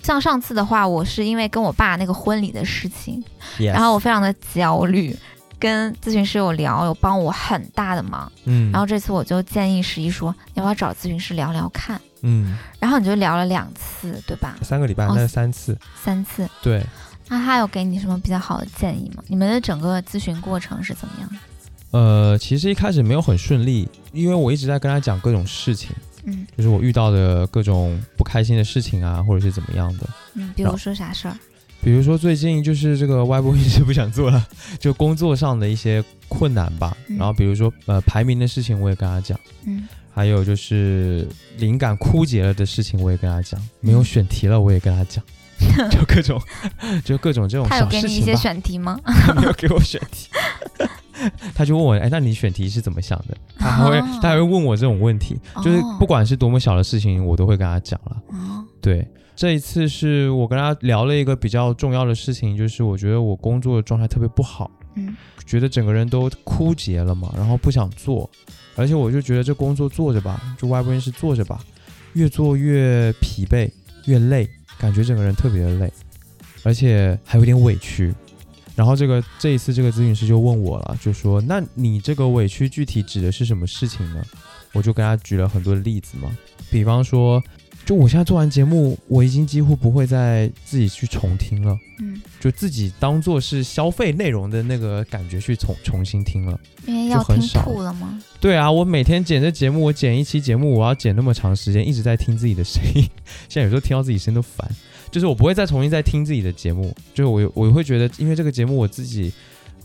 Speaker 1: 像上次的话，我是因为跟我爸那个婚礼的事情，
Speaker 2: ，yes，
Speaker 1: 然后我非常的焦虑，跟咨询师有聊，有帮我很大的忙。
Speaker 2: 嗯，
Speaker 1: 然后这次我就建议十一说，要不要找咨询师聊聊看？
Speaker 2: 嗯，
Speaker 1: 然后你就聊了两次，对吧？
Speaker 2: 三个礼拜
Speaker 1: 哦
Speaker 2: 那是三次，
Speaker 1: 三次。
Speaker 2: 对，
Speaker 1: 那他有给你什么比较好的建议吗？你们的整个咨询过程是怎么样的？
Speaker 2: 呃，其实一开始没有很顺利，因为我一直在跟他讲各种事情，
Speaker 1: 嗯
Speaker 2: 就是我遇到的各种不开心的事情啊，或者是怎么样的。
Speaker 1: 嗯，比
Speaker 2: 然
Speaker 1: 如
Speaker 2: 后
Speaker 1: 说啥事儿？
Speaker 2: 比如说最近就是这个 Y 博一直不想做了， [laughs] 就工作上的一些困难吧。
Speaker 1: 嗯
Speaker 2: 然后比如说呃排名的事情，我也跟他讲。
Speaker 1: 嗯，
Speaker 2: 还有就是灵感枯竭了的事情，我也跟他讲；
Speaker 1: 嗯
Speaker 2: 没有选题了，我也跟
Speaker 1: [laughs]
Speaker 2: 他讲，就各种，就各种这种
Speaker 1: 他有
Speaker 2: 哦小
Speaker 1: 给
Speaker 2: 事
Speaker 1: 你一
Speaker 2: 情
Speaker 1: 些
Speaker 2: 吧。
Speaker 1: 选题吗？ [laughs]
Speaker 2: 他没有给我选题，他就问我：“哎，那你选题是怎么想的？”他还会，
Speaker 1: 哦
Speaker 2: 他还会问我这种问题，就是
Speaker 1: 哦
Speaker 2: 不管是多么小的事情，我都会跟他讲了。
Speaker 1: 哦，
Speaker 2: 对，这一次是我跟他聊了一个比较重要的事情，就是我觉得我工作的状态特别不好，
Speaker 1: 嗯，
Speaker 2: 觉得整个人都枯竭了嘛，然后不想做，而且我就觉得这工作做着吧，就外部人是做着吧，越做越疲惫，越累，感觉整个人特别的累，而且还有点委屈。然后这个这一次这个咨询师就问我了，就说：“那你这个委屈具体指的是什么事情呢？”我就跟他举了很多例子嘛，比方说，就我现在做完节目，我已经几乎不会再自己去重听了。
Speaker 1: 嗯，
Speaker 2: 就自己当做是消费内容的那个感觉去重重新听了。
Speaker 1: 因为要
Speaker 2: 就很
Speaker 1: 听
Speaker 2: 少
Speaker 1: 吐了吗？
Speaker 2: 对啊，我每天剪这节目，我剪一期节目，我要剪那么长时间，一直在听自己的声音。 [laughs] 现在有时候听到自己声音都烦，就是我不会再重新再听自己的节目，就是我我会觉得，因为这个节目我自己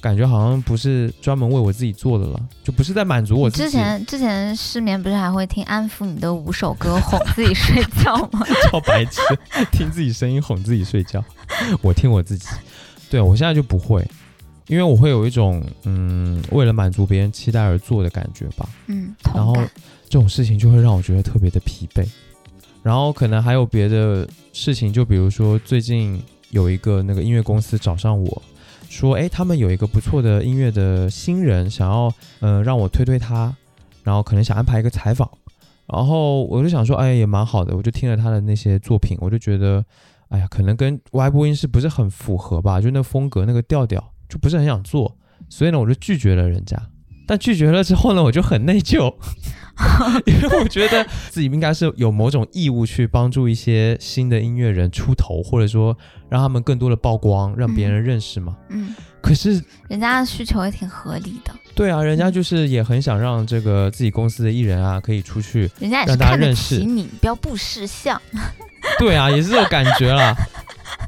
Speaker 2: 感觉好像不是专门为我自己做的了，就不是在满足我
Speaker 1: 你
Speaker 2: 自己。
Speaker 1: 之前之前失眠不是还会听安抚你的五首歌哄自己睡觉吗？
Speaker 2: [laughs] 超白痴，听自己声音哄自己睡觉。我听我自己，对啊我现在就不会，因为我会有一种嗯，为了满足别人期待而做的感觉吧。
Speaker 1: 嗯，
Speaker 2: 然
Speaker 1: 同
Speaker 2: 后
Speaker 1: 感。
Speaker 2: 这种事情就会让我觉得特别的疲惫。然后可能还有别的事情，就比如说最近有一个那个音乐公司找上我说，诶，他们有一个不错的音乐的新人，想要嗯、呃让我推推他，然后可能想安排一个采访。然后我就想说，哎，也蛮好的，我就听了他的那些作品，我就觉得，哎呀，可能跟 Y 播音是不是很符合吧？就那风格、那个调调，就不是很想做，所以呢，我就拒绝了人家。但拒绝了之后呢，我就很内疚，因为我觉得自己应该是有某种义务去帮助一些新的音乐人出头，或者说让他们更多的曝光，让别人认识嘛。
Speaker 1: 嗯，
Speaker 2: 可是，
Speaker 1: 人家的需求也挺合理的，
Speaker 2: 对啊，人家就是也很想让这个自己公司的艺人啊可以出去，
Speaker 1: 人家也是
Speaker 2: 让大家
Speaker 1: 看得
Speaker 2: 认识
Speaker 1: 起你，不要不识相。
Speaker 2: 对啊，也是这种感觉啦。 [laughs]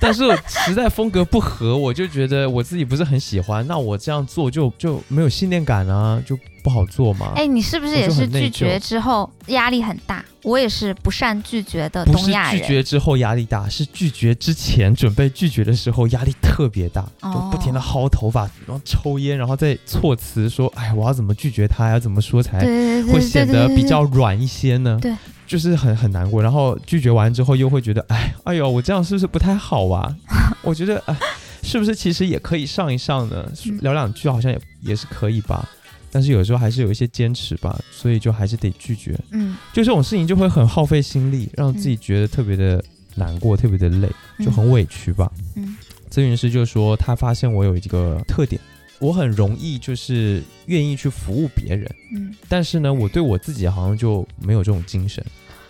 Speaker 2: 但是实在风格不合，我就觉得我自己不是很喜欢，那我这样做就就没有信念感啊，就不好做嘛。
Speaker 1: 哎，你是不是
Speaker 2: 啊我
Speaker 1: 也
Speaker 2: 就是很内
Speaker 1: 拒绝
Speaker 2: 疚
Speaker 1: 之后压力很大？我也是不善拒绝的
Speaker 2: 不
Speaker 1: 东
Speaker 2: 是
Speaker 1: 亚
Speaker 2: 拒
Speaker 1: 人。
Speaker 2: 绝之后压力大，是拒绝之前准备拒绝的时候压力特别大，
Speaker 1: 哦
Speaker 2: 就不停的薅头发，然后抽烟，然后再措辞说，哎，我要怎么拒绝他，要怎么说才
Speaker 1: 对对对
Speaker 2: 会
Speaker 1: 对对
Speaker 2: 显
Speaker 1: 对
Speaker 2: 得
Speaker 1: 对
Speaker 2: 比较软一些呢？
Speaker 1: 对，
Speaker 2: 就是很很难过。然后拒绝完之后又会觉得，哎，哎呦，我这样是不是不太好
Speaker 1: [laughs]
Speaker 2: 啊？我觉得，哎，是不是其实也可以上一上呢？
Speaker 1: 嗯
Speaker 2: 聊两句好像也也是可以吧。但是有时候还是有一些坚持吧，所以就还是得拒绝。
Speaker 1: 嗯，
Speaker 2: 就这种事情就会很耗费心力，让自己觉得特别的难过，特别的累，
Speaker 1: 嗯
Speaker 2: 就很委屈吧。
Speaker 1: 嗯
Speaker 2: 咨询师就说他发现我有一个特点，我很容易就是愿意去服务别人，
Speaker 1: 嗯。
Speaker 2: 但是呢，我对我自己好像就没有这种精神，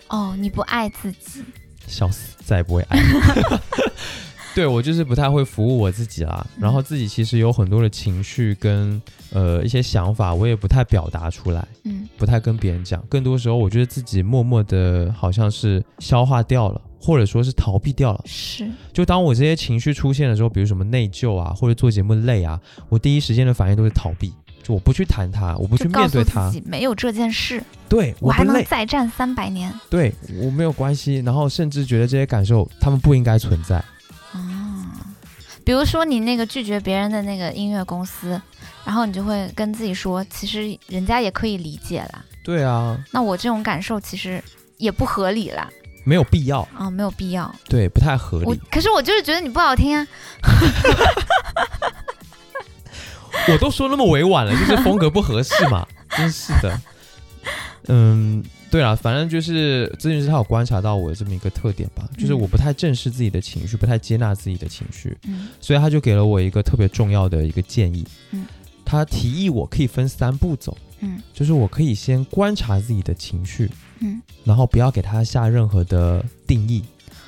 Speaker 1: 哦，你不爱自己，
Speaker 2: 笑死，再也不会爱。对我就是不太会服务我自己啦，
Speaker 1: 嗯
Speaker 2: 然后自己其实有很多的情绪跟呃一些想法，我也不太表达出来。
Speaker 1: 嗯
Speaker 2: 不太跟别人讲，更多时候我觉得自己默默的，好像是消化掉了，或者说是逃避掉了。
Speaker 1: 是，
Speaker 2: 就当我这些情绪出现的时候，比如什么内疚啊，或者做节目累啊，我第一时间的反应都是逃避，就我不去谈它，我不去
Speaker 1: 就告
Speaker 2: 面
Speaker 1: 诉
Speaker 2: 对
Speaker 1: 自
Speaker 2: 它，
Speaker 1: 己没有这件事，
Speaker 2: 对
Speaker 1: 我
Speaker 2: 不
Speaker 1: 还能
Speaker 2: 累，
Speaker 1: 再战三百年。
Speaker 2: 对我没有关系，然后甚至觉得这些感受他们不应该存在。
Speaker 1: 哦，比如说你那个拒绝别人的那个音乐公司，然后你就会跟自己说，其实人家也可以理解啦。
Speaker 2: 对啊，
Speaker 1: 那我这种感受其实也不合理啦，
Speaker 2: 没有必要，
Speaker 1: 啊、没有必要。
Speaker 2: 对，不太合
Speaker 1: 我
Speaker 2: 理。
Speaker 1: 可是我就是觉得你不好听啊，
Speaker 2: [laughs] 我都说那么委婉了， [laughs] 就是风格不合适嘛， [laughs] 真是的。嗯，对了，反正就是咨询师他有观察到我这么一个特点吧，就是我不太正视自己的情绪，不太接纳自己的情绪，
Speaker 1: 嗯
Speaker 2: 所以他就给了我一个特别重要的一个建议。
Speaker 1: 嗯
Speaker 2: 他提议我可以分三步走，
Speaker 1: 嗯
Speaker 2: 就是我可以先观察自己的情绪，
Speaker 1: 嗯，
Speaker 2: 然后不要给他下任何的定义，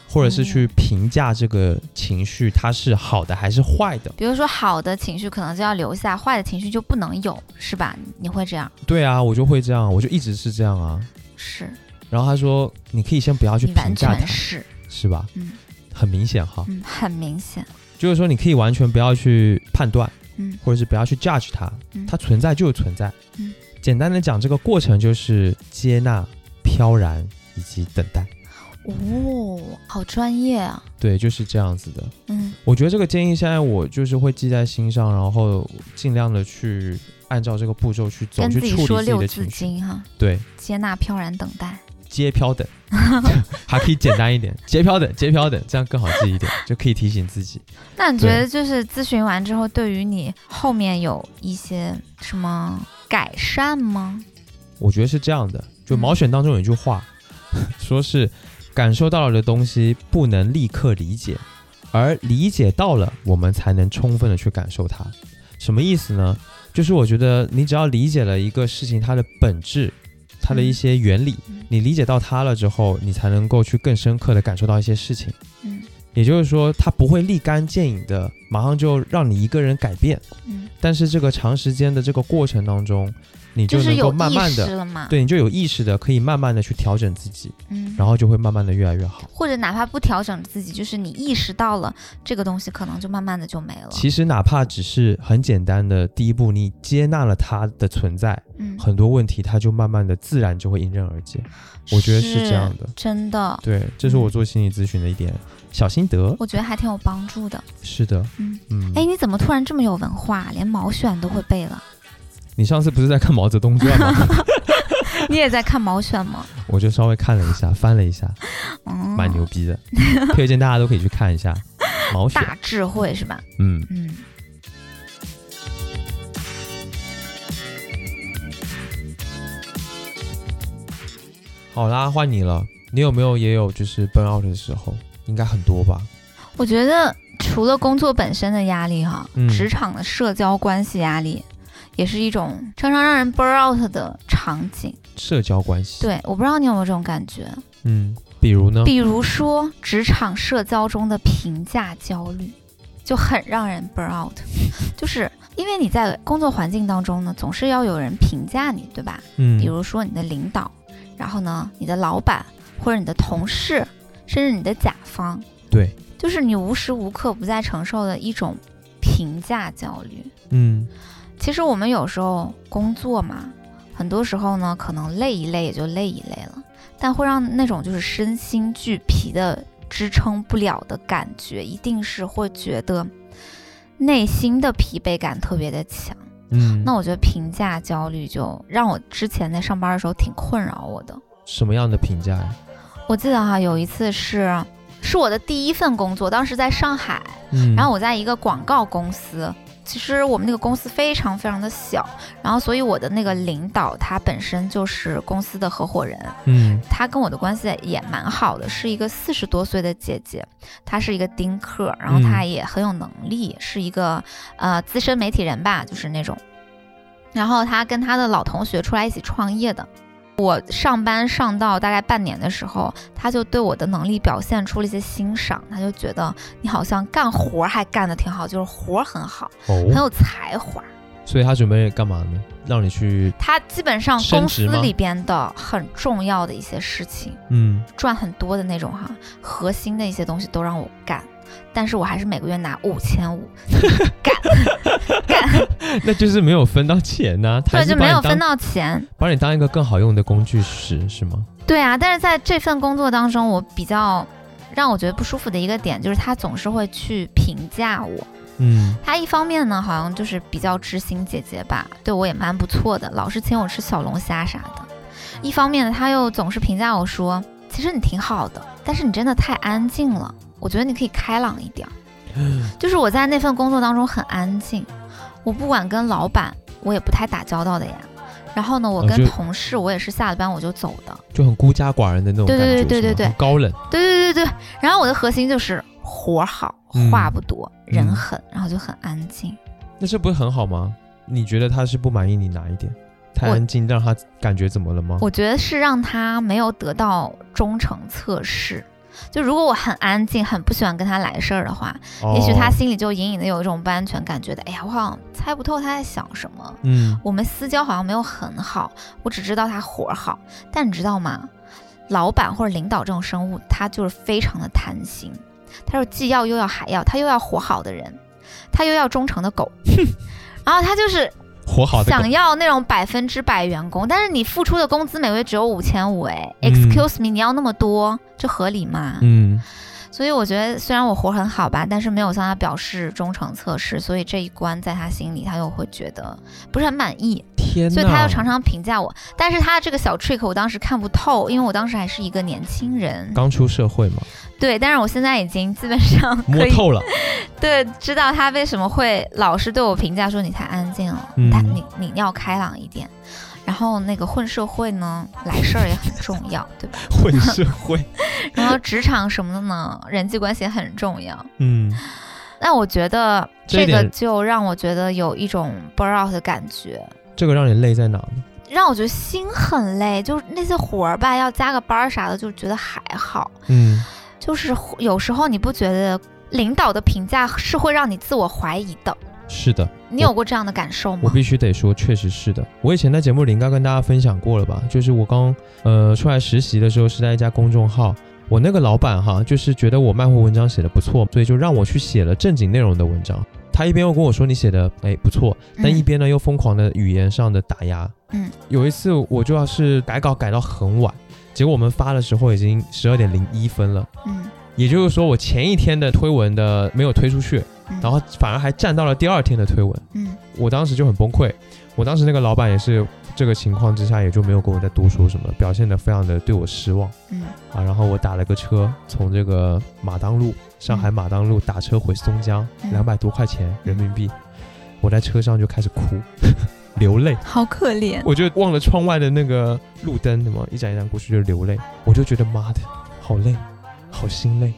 Speaker 2: 或者
Speaker 1: 嗯
Speaker 2: 是去评价这个情绪它是好的还是坏的。
Speaker 1: 比如说好的情绪可能就要留下，坏的情绪就不能有，是吧？你会这样？
Speaker 2: 对啊，我就会这样，我就一直是这样啊。
Speaker 1: 是，
Speaker 2: 然后他说你可以先不要去
Speaker 1: 你完
Speaker 2: 评价
Speaker 1: 全
Speaker 2: 他，
Speaker 1: 是，
Speaker 2: 是吧？
Speaker 1: 嗯
Speaker 2: 很明显哈，
Speaker 1: 嗯，很明显，
Speaker 2: 就是说你可以完全不要去判断，
Speaker 1: 嗯
Speaker 2: 或者是不要去 judge 它，
Speaker 1: 嗯
Speaker 2: 它存在就是存在。
Speaker 1: 嗯
Speaker 2: 简单的讲，这个过程就是接纳、飘然以及等待。嗯
Speaker 1: 哦，好专业啊，
Speaker 2: 对，就是这样子的。
Speaker 1: 嗯
Speaker 2: 我觉得这个建议现在我就是会记在心上，然后尽量的去按照这个步骤去走，
Speaker 1: 跟
Speaker 2: 去
Speaker 1: 自
Speaker 2: 处理
Speaker 1: 己说
Speaker 2: 自己
Speaker 1: 六
Speaker 2: 的
Speaker 1: 字
Speaker 2: 情绪。
Speaker 1: 经哈，
Speaker 2: 对，
Speaker 1: 接纳、飘然、等待。
Speaker 2: 接飘等， [laughs] 还可以简单一点，接飘等，接飘等，这样更好记一点，就可以提醒自己。
Speaker 1: 那你觉得就是咨询完之后，对于你后面有一些什么改善吗？
Speaker 2: 我觉得是这样的，就毛选当中有一句话，
Speaker 1: 嗯
Speaker 2: [laughs] 说是感受到了的东西不能立刻理解，而理解到了，我们才能充分的去感受它。什么意思呢？就是我觉得你只要理解了一个事情它的本质，它的一些原理，
Speaker 1: 嗯
Speaker 2: 你理解到它了之后，你才能够去更深刻的感受到一些事情。
Speaker 1: 嗯
Speaker 2: 也就是说，它不会立竿见影的马上就让你一个人改变，
Speaker 1: 嗯，
Speaker 2: 但是这个长时间的这个过程当中，你
Speaker 1: 是
Speaker 2: 能够
Speaker 1: 有
Speaker 2: 慢慢
Speaker 1: 意
Speaker 2: 的
Speaker 1: 识了嘛？，
Speaker 2: 对你就有意识的可以慢慢的去调整自己，
Speaker 1: 嗯，
Speaker 2: 然后就会慢慢的越来越好。
Speaker 1: 或者哪怕不调整自己，就是你意识到了这个东西，可能就慢慢的就没了。
Speaker 2: 其实哪怕只是很简单的第一步，你接纳了它的存在，
Speaker 1: 嗯，
Speaker 2: 很多问题它就慢慢的自然就会迎刃而解。我觉得是这样的，
Speaker 1: 真的，
Speaker 2: 对，这是我做心理咨询的一点小心得。
Speaker 1: 我觉得还挺有帮助的。
Speaker 2: 是的，
Speaker 1: 嗯，
Speaker 2: 嗯，
Speaker 1: 哎，你怎么突然这么有文化，啊连毛选都会背了？
Speaker 2: 你上次不是在看毛泽东传吗？
Speaker 1: 你也在看毛选吗？
Speaker 2: 我就稍微看了一下，翻了一下，
Speaker 1: 嗯，
Speaker 2: 蛮牛，逼的，推荐大家都可以去看
Speaker 1: [laughs]
Speaker 2: 一下。毛选，
Speaker 1: 大智慧是吧？
Speaker 2: 嗯，
Speaker 1: 嗯。
Speaker 2: 好啦，换你了。你有没有也有就是 burn out 的时候？应该很多吧？
Speaker 1: 我觉得除了工作本身的压力哈，
Speaker 2: 嗯
Speaker 1: 职场的社交关系压力也是一种常常让人 burn out 的场景。
Speaker 2: 社交关系。，
Speaker 1: 对，我不知道你有没有这种感觉，
Speaker 2: 嗯，比如呢？
Speaker 1: 比如说职场社交中的评价焦虑，就很让人 burn
Speaker 2: [laughs]
Speaker 1: out，就是。因为你在工作环境当中呢，总是要有人评价你，对吧？
Speaker 2: 嗯，
Speaker 1: 比如说你的领导，然后呢，你的老板或者你的同事，甚至你的甲方，
Speaker 2: 对，
Speaker 1: 就是你无时无刻不在承受的一种评价焦虑。
Speaker 2: 嗯
Speaker 1: 其实我们有时候工作嘛，很多时候呢，可能累一累也就累一累了，但会让那种就是身心俱疲的支撑不了的感觉，一定是会觉得内心的疲惫感特别的强。
Speaker 2: 嗯，
Speaker 1: 那我觉得评价焦虑就让我之前在上班的时候挺困扰我的。
Speaker 2: 什么样的评价呀？
Speaker 1: 我记得哈，有一次是是我的第一份工作，当时在上海，
Speaker 2: 嗯，
Speaker 1: 然后我在一个广告公司，其实我们那个公司非常非常的小，然后所以我的那个领导他本身就是公司的合伙人，
Speaker 2: 嗯
Speaker 1: 他跟我的关系也蛮好的，是一个四十多岁的姐姐，她是一个丁克，然后
Speaker 2: 嗯
Speaker 1: 她也很有能力，是一个呃资深媒体人吧，就是那种。然后她跟她的老同学出来一起创业的。我上班上到大概半年的时候，她就对我的能力表现出了一些欣赏，她就觉得你好像干活还干得挺好，就是活儿很好，很
Speaker 2: 哦，
Speaker 1: 有才华。
Speaker 2: 所以他准备干嘛呢？让你去
Speaker 1: 她基本上
Speaker 2: 升
Speaker 1: 公
Speaker 2: 职
Speaker 1: 司
Speaker 2: 吗
Speaker 1: 里边的很重要的一些事情，
Speaker 2: 嗯
Speaker 1: 赚很多的那种哈，核心的一些东西都让我干，但是我还是每个月拿五千
Speaker 2: [laughs]
Speaker 1: 五，干干，
Speaker 2: 嗯那就是没有分到钱呐、他
Speaker 1: 对，
Speaker 2: 还是
Speaker 1: 就
Speaker 2: 把
Speaker 1: 没
Speaker 2: 你
Speaker 1: 有
Speaker 2: 当
Speaker 1: 分到钱。
Speaker 2: 把你当一个更好用的工具使是吗？
Speaker 1: 对啊，但是在这份工作当中，我比较让我觉得不舒服的一个点就是他总是会去评价我。
Speaker 2: 嗯
Speaker 1: 他一方面呢，好像就是比较知心姐姐吧，对我也蛮不错的，老是请我吃小龙虾啥的。一方面呢，他又总是评价我说，其实你挺好的，但是你真的太安静了，我觉得你可以开朗一
Speaker 2: [gasps]
Speaker 1: 点儿。就是我在那份工作当中很安静，我不管跟老板，我也不太打交道的呀。然后呢，我
Speaker 2: 哦
Speaker 1: 跟
Speaker 2: 就
Speaker 1: 同事，我也是下了班我就走的。
Speaker 2: 就很孤家寡人的那种
Speaker 1: 对
Speaker 2: 感
Speaker 1: 对
Speaker 2: 觉，
Speaker 1: 对对
Speaker 2: 是吗
Speaker 1: 对对
Speaker 2: 很高冷，
Speaker 1: 对对对对，然后我的核心就是活儿好，
Speaker 2: 嗯
Speaker 1: 话不多，
Speaker 2: 嗯
Speaker 1: 人狠，然后就很安静。
Speaker 2: 那这不是很好吗？你觉得他是不满意你哪一点？太
Speaker 1: 我
Speaker 2: 安静让他感觉怎么了吗？
Speaker 1: 我觉得是让他没有得到忠诚测试。就如果我很安静，很不喜欢跟他来事儿的话，也许他
Speaker 2: 哦
Speaker 1: 心里就隐隐的有一种不安全感，觉得哎呀，我好像猜不透他在想什么。
Speaker 2: 嗯
Speaker 1: 我们私交好像没有很好，我只知道他活儿好，但你知道吗？老板或者领导这种生物，他就是非常的贪心，他就是既要又要还要，他又要活好的人，他又要忠诚的狗， [laughs] 然后他就是
Speaker 2: 活好的狗
Speaker 1: 想要那种百分之百员工，但是你付出的工资每月只有五千五，哎
Speaker 2: 嗯
Speaker 1: ，excuse me，你要那么多，这合理吗？
Speaker 2: 嗯，
Speaker 1: 所以我觉得虽然我活很好吧，但是没有向他表示忠诚测试，所以这一关在他心里他又会觉得不是很满意，
Speaker 2: 天呐，
Speaker 1: 所以他又常常评价我。但是他的这个小 trick 我当时看不透，因为我当时还是一个年轻人，
Speaker 2: 刚出社会嘛，
Speaker 1: 对，但是我现在已经基本上
Speaker 2: 摸
Speaker 1: 可以
Speaker 2: 透了，
Speaker 1: 对，知道他为什么会老是对我评价说你太安静了，
Speaker 2: 嗯
Speaker 1: 他你你要开朗一点。然后那个混社会呢，来事儿也很重要，对吧？
Speaker 2: 混社
Speaker 1: [laughs]
Speaker 2: 会，
Speaker 1: 然后职场什么的呢，人际关系也很重要。
Speaker 2: 嗯，
Speaker 1: 那我觉得
Speaker 2: 这一
Speaker 1: 这个
Speaker 2: 点
Speaker 1: 就让我觉得有一种 burn out 的感觉，
Speaker 2: 这个让你累在哪呢？
Speaker 1: 让我觉得心很累。就是那些活儿吧，要加个班儿啥的，就觉得还好。
Speaker 2: 嗯，
Speaker 1: 就是有时候你不觉得领导的评价是会让你自我怀疑的，
Speaker 2: 是的，
Speaker 1: 你有过这样的感受
Speaker 2: 我
Speaker 1: 吗？
Speaker 2: 必须得说，确实是的。我以前在节目里应该跟大家分享过了吧？就是我刚呃出来实习的时候是在一家公众号，我那个老板哈，就是觉得我卖货文章写的不错，所以就让我去写了正经内容的文章。他一边又跟我说你写的哎不错，但一边呢又疯狂的语言上的打压。
Speaker 1: 嗯，
Speaker 2: 有一次我就要是改稿改到很晚，结果我们发的时候已经十二点零一分了，
Speaker 1: 嗯，
Speaker 2: 也就是说我前一天的推文的没有推出去，
Speaker 1: 嗯
Speaker 2: 然后反而还占到了第二天的推文。
Speaker 1: 嗯
Speaker 2: 我当时就很崩溃。我当时那个老板也是这个情况之下，也就没有跟我再多说什么，表现得非常的对我失望
Speaker 1: 嗯
Speaker 2: 啊。然后我打了个车，从这个马当路，上海马当路打车回松江，
Speaker 1: 嗯
Speaker 2: 两百多块钱人民币。我在车上就开始哭， [laughs] 流泪。
Speaker 1: 好可怜。
Speaker 2: [laughs] 我就望了窗外的那个路灯，什么一盏一盏过去就流泪，我就觉得妈的，好累，好心累，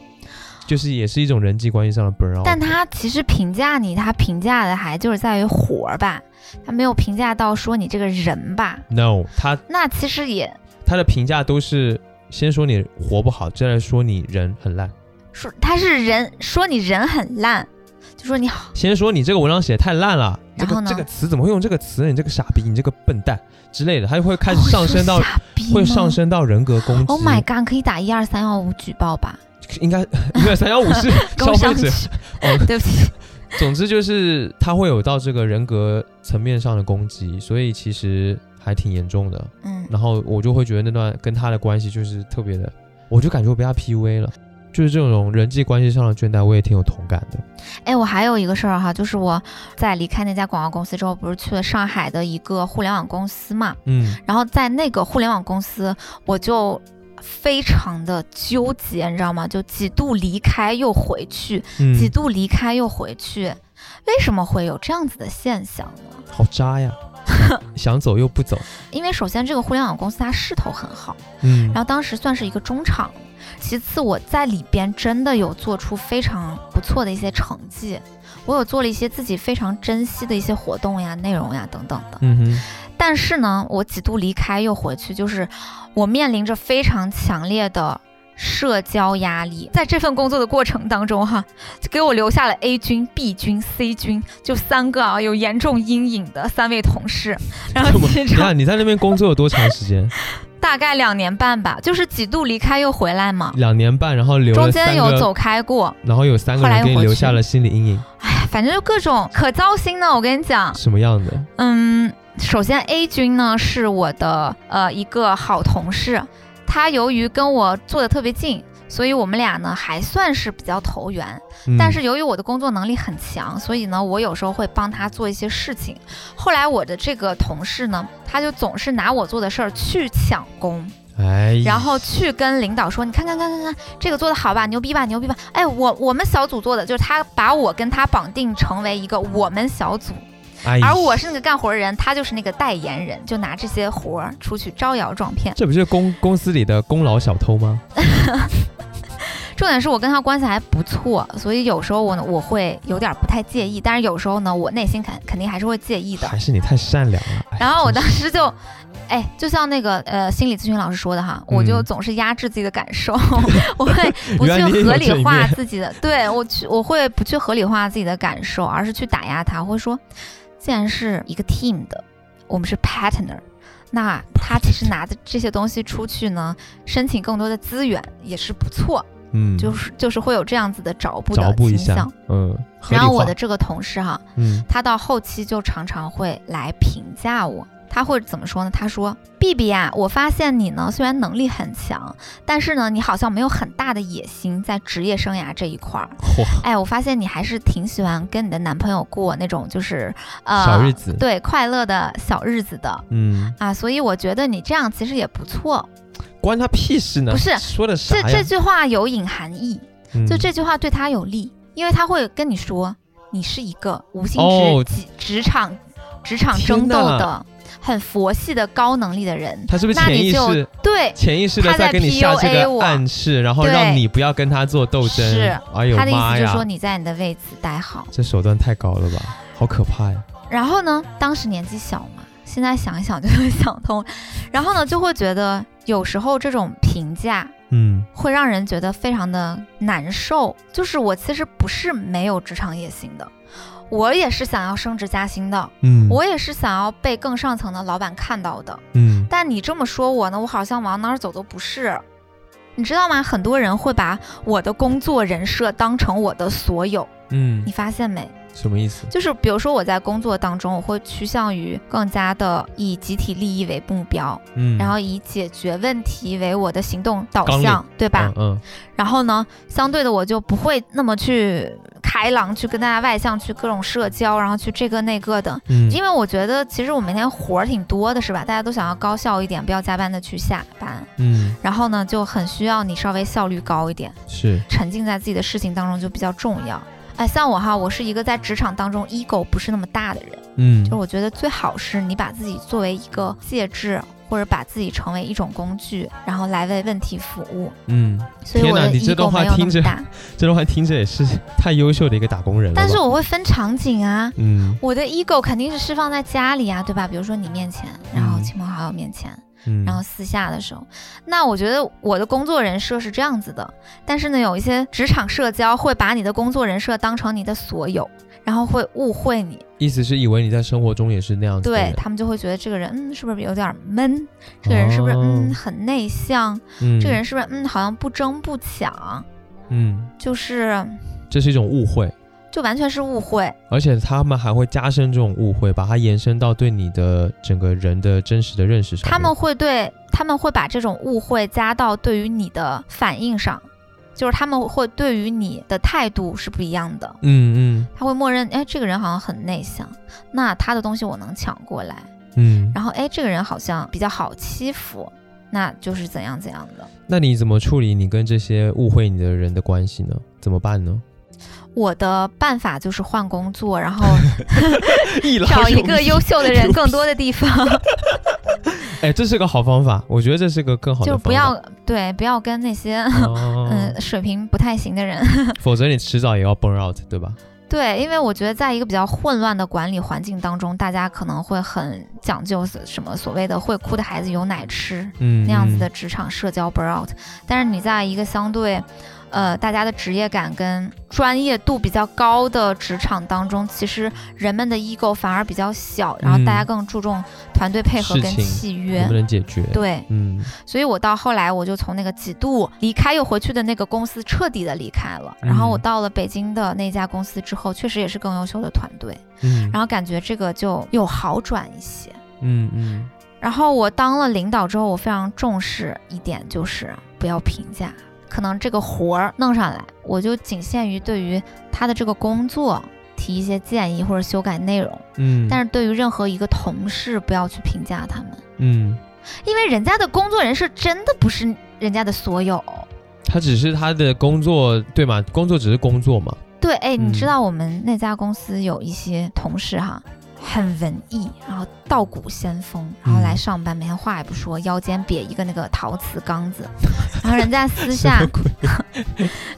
Speaker 2: 就是也是一种人际关系上的 burn out。
Speaker 1: 但他其实评价你，他评价的还就是在于活儿吧，他没有评价到说你这个人吧。
Speaker 2: no，他
Speaker 1: 那其实也
Speaker 2: 他的评价都是先说你活不好，再来说你人很烂，
Speaker 1: 说他是人，说你人很烂，就说你好，
Speaker 2: 先说你这个文章写得太烂了，这
Speaker 1: 然后
Speaker 2: 个
Speaker 1: 呢
Speaker 2: 这个词怎么会用这个词？你这个傻逼，你这个笨蛋之类的，他就会开始
Speaker 1: 哦
Speaker 2: 上
Speaker 1: 是
Speaker 2: 升到、
Speaker 1: 傻逼
Speaker 2: 会
Speaker 1: 吗
Speaker 2: 上。升到人格攻击。
Speaker 1: Oh my god！可以打一二三幺五举报吧，
Speaker 2: 应该没有三幺五
Speaker 1: [laughs]
Speaker 2: 是消
Speaker 1: 工
Speaker 2: 费
Speaker 1: 商
Speaker 2: 者
Speaker 1: 局。
Speaker 2: [laughs] 哦
Speaker 1: 对不起， [laughs]
Speaker 2: 总之就是他会有到这个人格层面上的攻击，所以其实还挺严重的。
Speaker 1: 嗯，
Speaker 2: 然后我就会觉得那段跟他的关系就是特别的，我就感觉我被他 PUA 了，就是这种人际关系上的倦怠，我也挺有同感的。
Speaker 1: 哎，我还有一个事儿哈，就是我在离开那家广告公司之后，不是去了上海的一个互联网公司嘛，
Speaker 2: 嗯，
Speaker 1: 然后在那个互联网公司，我就非常的纠结，你知道吗？就几度离开又回去，
Speaker 2: 嗯
Speaker 1: 几度离开又回去，为什么会有这样子的现象呢？
Speaker 2: 好渣
Speaker 1: [laughs]
Speaker 2: 呀，想走又不走。
Speaker 1: 因为首先这个互联网公司它势头很好，
Speaker 2: 嗯
Speaker 1: 然后当时算是一个中场。其次，我在里边真的有做出非常不错的一些成绩，我有做了一些自己非常珍惜的一些活动呀、内容呀等等的。
Speaker 2: 嗯哼，
Speaker 1: 但是呢，我几度离开又回去，就是我面临着非常强烈的社交压力，在这份工作的过程当中，哈，就给我留下了 A 君、B 君、C 君，就三个啊有严重阴影的三位同事，然后
Speaker 2: 这么
Speaker 1: 其
Speaker 2: 你
Speaker 1: 中
Speaker 2: 看你在那边工作有多长
Speaker 1: [laughs]
Speaker 2: 时间？
Speaker 1: 大概两年半吧，就是几度离开又回来嘛，
Speaker 2: 两年半，然后留
Speaker 1: 中
Speaker 2: 了三
Speaker 1: 间有
Speaker 2: 个，
Speaker 1: 走开过，
Speaker 2: 然后有三个
Speaker 1: 后来
Speaker 2: 人
Speaker 1: 又
Speaker 2: 给你
Speaker 1: 回
Speaker 2: 留
Speaker 1: 去
Speaker 2: 下了心理阴影，
Speaker 1: 哎，反正就各种可糟心呢，我跟你讲，
Speaker 2: 什么样的？
Speaker 1: 嗯，首先 A 君呢是我的呃一个好同事，他由于跟我坐的特别近，所以我们俩呢还算是比较投缘。
Speaker 2: 嗯
Speaker 1: 但是由于我的工作能力很强，所以呢我有时候会帮他做一些事情。后来我的这个同事呢，他就总是拿我做的事儿去抢功，
Speaker 2: 哎，
Speaker 1: 然后去跟领导说：“你看看看看看，这个做的好吧，牛逼吧，牛逼吧！”哎，我我们小组做的就是他把我跟他绑定成为一个我们小组。
Speaker 2: 哎，
Speaker 1: 而我是那个干活人，他就是那个代言人，就拿这些活儿出去招摇撞骗。
Speaker 2: 这不就是公公司里的功劳小偷吗？
Speaker 1: 重点是我跟他关系还不错，所以有时候我呢我会有点不太介意，但是有时候呢我内心肯肯定还是会介意的。
Speaker 2: 还是你太善良了。哎
Speaker 1: 然后我
Speaker 2: 真
Speaker 1: 当
Speaker 2: 是
Speaker 1: 时就，哎，就像那个呃心理咨询老师说的哈，我就
Speaker 2: 嗯
Speaker 1: 总是压制自己的感
Speaker 2: [laughs]
Speaker 1: 受，我会不
Speaker 2: 原
Speaker 1: 去
Speaker 2: 来你也有
Speaker 1: 合
Speaker 2: 这
Speaker 1: 理
Speaker 2: 一
Speaker 1: 化
Speaker 2: 面
Speaker 1: 自己的，对我去我会不去合理化自己的感受，而是去打压他，会说，既然是一个 team 的，我们是 partner，那他其实拿着这些东西出去呢，申请更多的资源也是不错，
Speaker 2: 嗯，
Speaker 1: 就是就是会有这样子的找补
Speaker 2: 找
Speaker 1: 的
Speaker 2: 补一
Speaker 1: 倾
Speaker 2: 下
Speaker 1: 向。，
Speaker 2: 嗯，合
Speaker 1: 然后
Speaker 2: 理
Speaker 1: 我
Speaker 2: 化
Speaker 1: 的这个同事哈、
Speaker 2: 嗯
Speaker 1: 他到后期就常常会来评价我。他会怎么说呢？他说：“碧碧呀，我发现你呢，虽然能力很强，但是呢，你好像没有很大的野心在职业生涯这一块儿。
Speaker 2: 嚯，
Speaker 1: 哎，我发现你还是挺喜欢跟你的男朋友过那种就是呃
Speaker 2: 小日子，
Speaker 1: 对快乐的小日子的
Speaker 2: 嗯，
Speaker 1: 啊，所以我觉得你这样其实也不错。
Speaker 2: 关他屁事呢？
Speaker 1: 不是
Speaker 2: 说的啥
Speaker 1: 这
Speaker 2: 呀？
Speaker 1: 这句话有隐含义，
Speaker 2: 嗯
Speaker 1: 就这句话对他有利，因为他会跟你说，你是一个无心职、
Speaker 2: 哦
Speaker 1: 职职场职场
Speaker 2: 天
Speaker 1: 争斗
Speaker 2: 哪
Speaker 1: 的、很佛系的高能力的人。
Speaker 2: 他是不是
Speaker 1: 那
Speaker 2: 潜
Speaker 1: 你
Speaker 2: 意
Speaker 1: 就
Speaker 2: 识
Speaker 1: 对
Speaker 2: 潜意识的
Speaker 1: 他在
Speaker 2: 跟你下这
Speaker 1: PUA
Speaker 2: 个
Speaker 1: 我
Speaker 2: 暗示，然后
Speaker 1: 对
Speaker 2: 让你不要跟他做斗争？
Speaker 1: 是
Speaker 2: 哎呦
Speaker 1: 他的意
Speaker 2: 妈
Speaker 1: 思就是说，
Speaker 2: 呀，
Speaker 1: 你在你的位置待好。
Speaker 2: 这手段太高了吧，好可怕呀！
Speaker 1: 然后呢，当时年纪小嘛，现在想一想就会 [laughs] 想通，然后呢就会觉得有时候这种评价。
Speaker 2: 嗯
Speaker 1: 会让人觉得非常的难受。就是我其实不是没有职场野心的，我也是想要升职加薪的，
Speaker 2: 嗯，
Speaker 1: 我也是想要被更上层的老板看到的。
Speaker 2: 嗯
Speaker 1: 但你这么说我呢，我好像往哪儿走都不是。你知道吗？很多人会把我的工作人设当成我的所有，
Speaker 2: 嗯
Speaker 1: 你，发现没？
Speaker 2: 什么意思？
Speaker 1: 就是比如说我在工作当中，我会趋向于更加的以集体利益为目标，
Speaker 2: 嗯，
Speaker 1: 然后以解决问题为我的行动导
Speaker 2: 纲领
Speaker 1: 向，对吧？
Speaker 2: 嗯
Speaker 1: 然后呢，相对的我就不会那么去开朗，去跟大家外向，去各种社交，然后去这个那个的。
Speaker 2: 嗯，
Speaker 1: 因为我觉得其实我每天活儿挺多的，是吧？大家都想要高效一点，不要加班的去下班。
Speaker 2: 嗯
Speaker 1: 然后呢，就很需要你稍微效率高一点，
Speaker 2: 是
Speaker 1: 沉浸在自己的事情当中就比较重要。哎，像我哈，我是一个在职场当中 ego 不是那么大的人，
Speaker 2: 嗯
Speaker 1: 就是我觉得最好是你把自己作为一个介质，或者把自己成为一种工具，然后来为问题服务。
Speaker 2: 嗯，
Speaker 1: 所以
Speaker 2: 天
Speaker 1: 我
Speaker 2: 哪
Speaker 1: 的
Speaker 2: 你这
Speaker 1: ego
Speaker 2: 段话
Speaker 1: 没有那
Speaker 2: 听着
Speaker 1: 么大。
Speaker 2: [laughs] 这段话听着也是太优秀的一个打工人了吧。
Speaker 1: 但是我会分场景啊，
Speaker 2: 嗯
Speaker 1: 我的 ego 肯定是释放在家里啊，对吧？比如说你面前，然后
Speaker 2: 嗯
Speaker 1: 亲朋好友面前，
Speaker 2: 嗯，
Speaker 1: 然后私下的时候，那我觉得我的工作人设是这样子的。但是呢，有一些职场社交会把你的工作人设当成你的所有，然后会误会你，
Speaker 2: 意思是以为你在生活中也是那样子的
Speaker 1: 对
Speaker 2: 人，
Speaker 1: 他们就会觉得这个人，嗯，是不是有点闷？这个人是不是、嗯
Speaker 2: 哦
Speaker 1: 很内向？
Speaker 2: 嗯，
Speaker 1: 这个人是不是嗯好像不争不抢？
Speaker 2: 嗯，
Speaker 1: 就是
Speaker 2: 这是一种误会。
Speaker 1: 就完全是误会。
Speaker 2: 而且他们还会加深这种误会，把它延伸到对你的整个人的真实的认识上面。
Speaker 1: 他们会对他们会把这种误会加到对于你的反应上，就是他们会对于你的态度是不一样的。
Speaker 2: 嗯
Speaker 1: 他会默认，哎，这个人好像很内向，那他的东西我能抢过来。
Speaker 2: 嗯嗯。
Speaker 1: 然后，哎，这个人好像比较好欺负，那就是怎样怎样的。
Speaker 2: 那你怎么处理你跟这些误会你的人的关系呢？怎么办呢？
Speaker 1: 我的办法就是换工作，然后
Speaker 2: 一劳
Speaker 1: 找一
Speaker 2: 永
Speaker 1: 个
Speaker 2: 逸
Speaker 1: 优秀的人更多的地方，
Speaker 2: 哎，这是个好方法，我觉得这是个更好的
Speaker 1: 就
Speaker 2: 方法。
Speaker 1: 不要对，不要跟那些
Speaker 2: 哦
Speaker 1: [laughs] 嗯水平不太行的人 [laughs]
Speaker 2: 否则你迟早也要 burn out，对吧？
Speaker 1: 对，因为我觉得在一个比较混乱的管理环境当中，大家可能会很讲究什么所谓的“会哭的孩子有奶吃”
Speaker 2: 嗯，
Speaker 1: 那样子的
Speaker 2: 嗯，
Speaker 1: 职场社交 burn out。但是你在一个相对，呃，大家的职业感跟专业度比较高的职场当中，其实人们的 ego 反而比较小，然后大家
Speaker 2: 嗯
Speaker 1: 更注重团队配合
Speaker 2: 事
Speaker 1: 跟
Speaker 2: 情
Speaker 1: 契
Speaker 2: 能
Speaker 1: 约
Speaker 2: 不。能解决？，
Speaker 1: 对，
Speaker 2: 嗯
Speaker 1: 所以我到后来我就从那个几度离开又回去的那个公司彻底的离开了。
Speaker 2: 嗯
Speaker 1: 然后我到了北京的那家公司之后，确实也是更优秀的团队，
Speaker 2: 嗯，
Speaker 1: 然后感觉这个就有好转一些。
Speaker 2: 嗯嗯，
Speaker 1: 然后我当了领导之后，我非常重视一点就是不要评价。可能这个活儿弄上来，我就仅限于对于他的这个工作提一些建议或者修改内容，
Speaker 2: 嗯，
Speaker 1: 但
Speaker 2: 是
Speaker 1: 是对于任何一个同事不要去评价他们。
Speaker 2: 嗯，
Speaker 1: 因为人家的工作人是真的不是人家的所有。
Speaker 2: 他只是他的工作，对吗？工作只是工作嘛，
Speaker 1: 对，哎，
Speaker 2: 嗯
Speaker 1: 你知道我们那家公司有一些同事哈，很文艺，然后道骨仙风，然后
Speaker 2: 嗯
Speaker 1: 来上班，每天话也不说，腰间别一个那个陶瓷缸子，然后人家私
Speaker 2: 什
Speaker 1: 下
Speaker 2: [laughs] 么，鬼？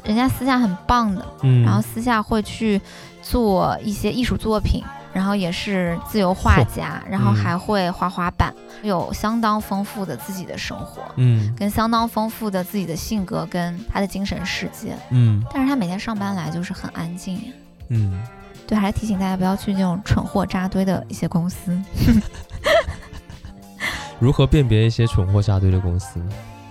Speaker 1: 人家私下很棒的，
Speaker 2: 嗯，
Speaker 1: 然后私下会去做一些艺术作品，然后也是自由画
Speaker 2: 嚯
Speaker 1: 家，然后
Speaker 2: 嗯
Speaker 1: 还会滑滑板，有相当丰富的自己的生活。
Speaker 2: 嗯
Speaker 1: 跟相当丰富的自己的性格跟他的精神世界，
Speaker 2: 嗯
Speaker 1: 但是他每天上班来就是很安静呀。
Speaker 2: 嗯，
Speaker 1: 对，还是提醒大家不要去那种蠢货扎堆的一些公司。
Speaker 2: 如何辨别一些蠢货下队的公司？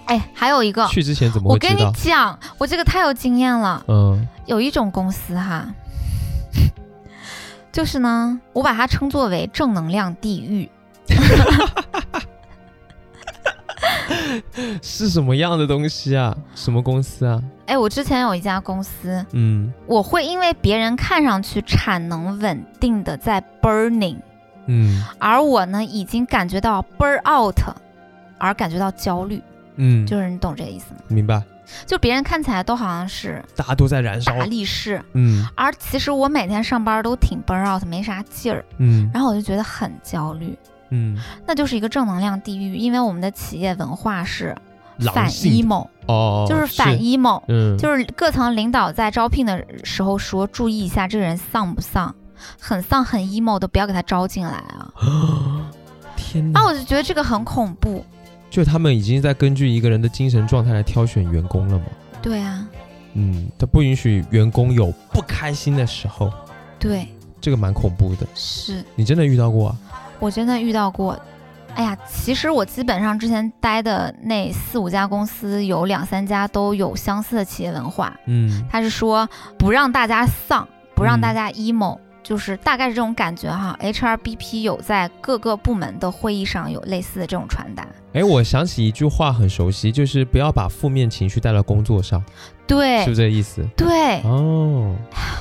Speaker 1: 哎，还有一个，
Speaker 2: 去之前怎么
Speaker 1: 我
Speaker 2: 会
Speaker 1: 跟
Speaker 2: 知
Speaker 1: 你
Speaker 2: 道？
Speaker 1: 讲，我这个太有经验了。
Speaker 2: 嗯
Speaker 1: 有一种公司哈， [laughs] 就是呢，我把它称作为正能量地狱。，
Speaker 2: 是什么样的东西啊？什么公司啊？
Speaker 1: 哎，我之前有一家公司，
Speaker 2: 嗯
Speaker 1: 我会因为别人看上去产能稳定的在 burning，
Speaker 2: 嗯
Speaker 1: 而我呢已经感觉到 burn out，而感觉到焦虑，
Speaker 2: 嗯，
Speaker 1: 就是你懂这意思吗？
Speaker 2: 明白，
Speaker 1: 就别人看起来都好像是
Speaker 2: 大家都在燃烧。
Speaker 1: 大力士，
Speaker 2: 嗯
Speaker 1: 而其实我每天上班都挺 burn out，没啥劲儿，
Speaker 2: 嗯
Speaker 1: 然后我就觉得很焦虑，
Speaker 2: 嗯，
Speaker 1: 那就是一个正能量地狱，因为我们的企业文化是反
Speaker 2: 狼性
Speaker 1: emo，
Speaker 2: 哦，
Speaker 1: 就是反 emo，
Speaker 2: 嗯，
Speaker 1: 就是各层领导在招聘的时候说，注意一下这个人丧不丧，很丧很 emo 的不要给他招进来啊。
Speaker 2: 嗯天
Speaker 1: 啊，
Speaker 2: 哪！
Speaker 1: 我就觉得这个很恐怖。
Speaker 2: 就他们已经在根据一个人的精神状态来挑选员工了嘛？
Speaker 1: 对啊，
Speaker 2: 嗯，他不允许员工有不开心的时候，
Speaker 1: 对，
Speaker 2: 这个蛮恐怖的。
Speaker 1: 是
Speaker 2: 你真的遇到过啊？
Speaker 1: 我真的遇到过。哎呀，其实我基本上之前待的那四五家公司，有两三家都有相似的企业文化。
Speaker 2: 嗯
Speaker 1: 他是说不让大家丧，不让
Speaker 2: 嗯
Speaker 1: 大家 emo，、就是大概是这种感觉哈。HRBP 有在各个部门的会议上有类似的这种传达。
Speaker 2: 哎，我想起一句话很熟悉，就是不要把负面情绪带到工作上，
Speaker 1: 对，
Speaker 2: 是不是这个意思？
Speaker 1: 对，
Speaker 2: 哦，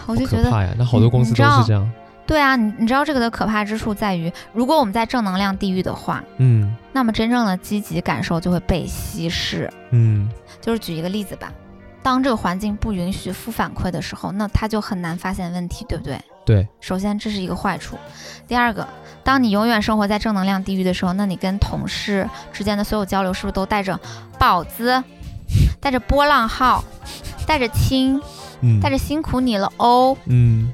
Speaker 1: 我
Speaker 2: 好
Speaker 1: 就觉
Speaker 2: 可
Speaker 1: 得，
Speaker 2: 怕呀！那好多公司
Speaker 1: 你知
Speaker 2: 都
Speaker 1: 道
Speaker 2: 是这样。
Speaker 1: 对啊，你你知道这个的可怕之处在于，如果我们在正能量地狱的话，
Speaker 2: 嗯
Speaker 1: 那么真正的积极感受就会被稀释。
Speaker 2: 嗯
Speaker 1: 就是举一个例子吧，当这个环境不允许负反馈的时候，那他就很难发现问题，对不对？
Speaker 2: 对，
Speaker 1: 首先这是一个坏处。第二个，当你永远生活在正能量地狱的时候，那你跟同事之间的所有交流是不是都带着宝子，带着波浪号，带着亲，
Speaker 2: 嗯，
Speaker 1: 带着辛苦你了哦？
Speaker 2: 嗯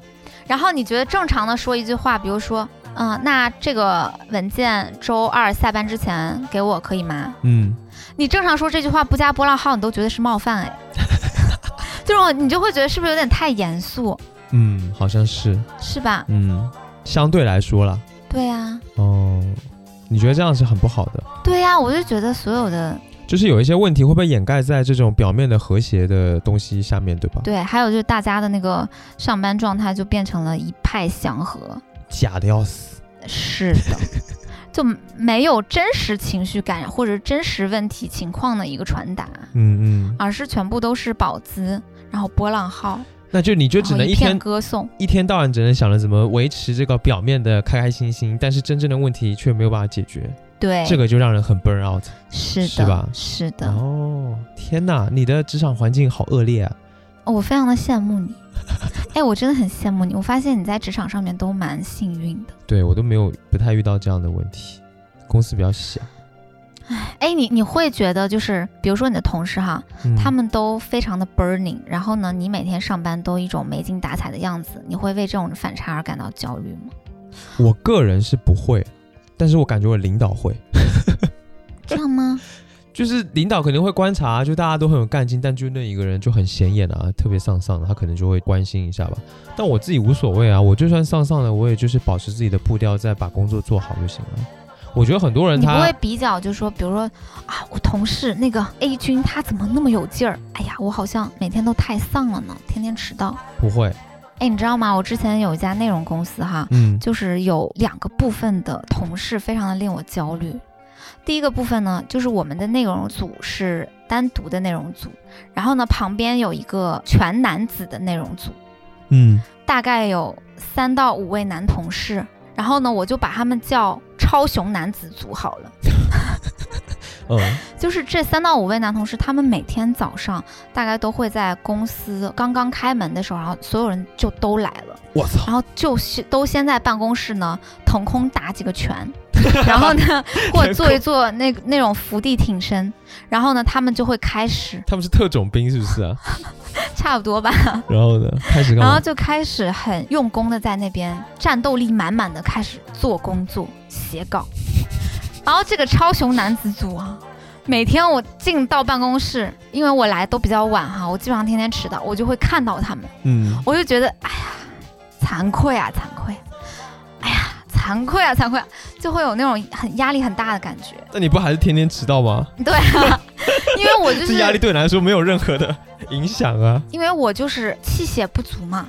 Speaker 1: 然后你觉得正常的说一句话，比如说，嗯，那这个文件周二下班之前给我可以吗？
Speaker 2: 嗯，
Speaker 1: 你正常说这句话不加波浪号，你都觉得是冒犯哎， [laughs] 这种你就会觉得是不是有点太严肃，
Speaker 2: 嗯，好像是，
Speaker 1: 是吧？
Speaker 2: 嗯，相对来说啦，
Speaker 1: 对呀、
Speaker 2: 哦，你觉得这样是很不好的，
Speaker 1: 对呀、我就觉得所有的
Speaker 2: 就是有一些问题会被掩盖在这种表面的和谐的东西下面对吧？
Speaker 1: 对，还有就是大家的那个上班状态就变成了一派祥和，
Speaker 2: 假的要死，
Speaker 1: 是
Speaker 2: [laughs]
Speaker 1: 的，就没有真实情绪感或者真实问题情况的一个传达。
Speaker 2: 嗯嗯，
Speaker 1: 而是全部都是宝姿，然后波浪号，
Speaker 2: 那就你就
Speaker 1: 然
Speaker 2: 只
Speaker 1: 后
Speaker 2: 能
Speaker 1: 一
Speaker 2: 一
Speaker 1: 片
Speaker 2: 天
Speaker 1: 歌颂。
Speaker 2: 一天到晚只能想着怎么维持这个表面的开开心心，但是真正的问题却没有办法解决，
Speaker 1: 对，
Speaker 2: 这个就让人很 burn out。
Speaker 1: 是的，
Speaker 2: 是吧
Speaker 1: 是的、
Speaker 2: 哦，天哪，你的职场环境好恶劣啊！
Speaker 1: 哦我非常的羡慕
Speaker 2: [laughs]
Speaker 1: 你。哎，我真的很羡慕你。我发现你在职场上面都蛮幸运的。
Speaker 2: 对我都没有不太遇到这样的问题，公司比较小，
Speaker 1: 哎，你你会觉得就是，比如说你的同事哈，
Speaker 2: 嗯、
Speaker 1: 他们都非常的 burning，然后呢，你每天上班都一种没精打采的样子，你会为这种反差而感到焦虑吗？
Speaker 2: 我个人是不会，但是我感觉我领导会，
Speaker 1: 这样吗？
Speaker 2: 就是领导肯定会观察，就大家都很有干劲，但就那一个人就很显眼啊，特别丧丧的，他可能就会关心一下吧。但我自己无所谓啊，我就算丧丧的，我也就是保持自己的步调，再把工作做好就行了。我觉得很多人
Speaker 1: 你不
Speaker 2: 他
Speaker 1: 会比较，就说，比如说啊，我同事那个 A 君他怎么那么有劲儿？哎呀，我好像每天都太丧了呢，天天迟到。
Speaker 2: 不会，
Speaker 1: 哎，你知道吗？我之前有一家内容公司哈，
Speaker 2: 嗯
Speaker 1: 就是有两个部分的同事非常的令我焦虑。第一个部分呢，就是我们的内容组是单独的内容组，然后呢旁边有一个全男子的内容组， [laughs]
Speaker 2: 嗯，
Speaker 1: 大概有三到五位男同事。然后呢，我就把他们叫超雄男子组好了。
Speaker 2: 嗯
Speaker 1: 就是这三到五位男同事，他们每天早上大概都会在公司刚刚开门的时候，然后所有人就都来了，
Speaker 2: 我操，
Speaker 1: 然后就是都先在办公室呢腾空打几个拳，然后呢或者做一做那那种伏地挺身，然后呢他们就会开始，
Speaker 2: 他们是特种兵是不是啊？
Speaker 1: 差不多吧，
Speaker 2: 然后呢，开始干
Speaker 1: 然
Speaker 2: 嘛
Speaker 1: 后？就开始很用功的在那边战斗力满满的开始做工作写稿，然后这个超雄男子组啊，每天我进到办公室，因为我来都比较晚哈，我基本上天天迟到，我就会看到他们，
Speaker 2: 嗯
Speaker 1: 啊我就觉得哎呀，惭愧啊，惭愧，哎呀，惭惭愧啊，惭愧、啊，就会有那种很压力很大的感觉。
Speaker 2: 那你不还是天天迟到吗？
Speaker 1: 对啊，因为我就
Speaker 2: 这压力
Speaker 1: 是
Speaker 2: 对你来说没有任何的影响啊。
Speaker 1: 因为我就是气血不足
Speaker 2: [laughs]
Speaker 1: 嘛，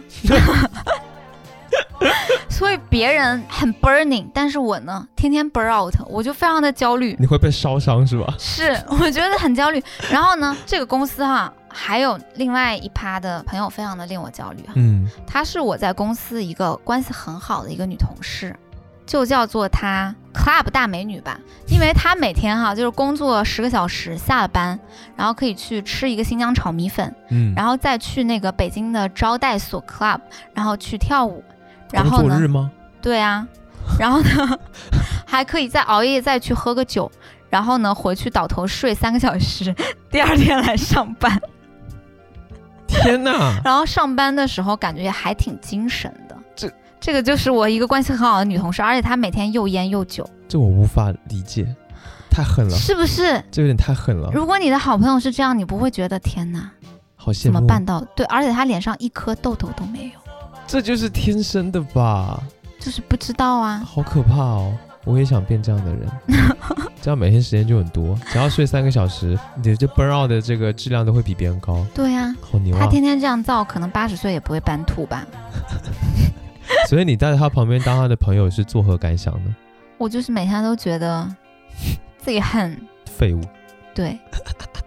Speaker 1: 所以别人很 burning，但是我呢天天 burn out，我就非常的焦虑。
Speaker 2: 你会被烧伤是吧？
Speaker 1: 是，我觉得很焦虑。然后呢，这个公司哈，还有另外一趴的朋友，非常的令我焦虑哈。
Speaker 2: 嗯，
Speaker 1: 她是我在公司一个关系很好的一个女同事，就叫做她 club 大美女吧，因为她每天哈就是工作十个小时，下了班，然后可以去吃一个新疆炒米粉，
Speaker 2: 嗯，
Speaker 1: 然后再去那个北京的招待所 club，然后去跳舞，然后
Speaker 2: 工作
Speaker 1: 呢
Speaker 2: 日，吗？
Speaker 1: 对啊，然后呢， [laughs] 还可以再熬夜再去喝个酒，然后呢回去倒头睡三个小时，第二天来上班。，
Speaker 2: 天哪
Speaker 1: [laughs] 然后上班的时候感觉还挺精神的。
Speaker 2: 这
Speaker 1: 这个就是我一个关系很好的女同事，而且她每天又烟又酒，
Speaker 2: 这我无法理解，太狠了，
Speaker 1: 是不是？
Speaker 2: 这有点太狠了，
Speaker 1: 如果你的好朋友是这样，你不会觉得天哪
Speaker 2: 好羡
Speaker 1: 怎
Speaker 2: 慕。哦
Speaker 1: 么办？到？对，而且她脸上一颗痘痘都没有，
Speaker 2: 这就是天生的吧？
Speaker 1: 就是不知道啊。 [laughs]
Speaker 2: 好可怕哦！我也想变这样的人，这样每天时间就很多，只要睡三个小时， [laughs] 你的这 burn out 的这个质量都会比别人高，
Speaker 1: 对呀、
Speaker 2: 好牛
Speaker 1: 她
Speaker 2: 啊！
Speaker 1: 天天这样造，可能八十岁也不会斑秃吧。
Speaker 2: [laughs] 所以你在他旁边当他的朋友是作何感想呢？
Speaker 1: 我就是每天都觉得 [laughs] 自己很
Speaker 2: 废物，
Speaker 1: 对， [laughs]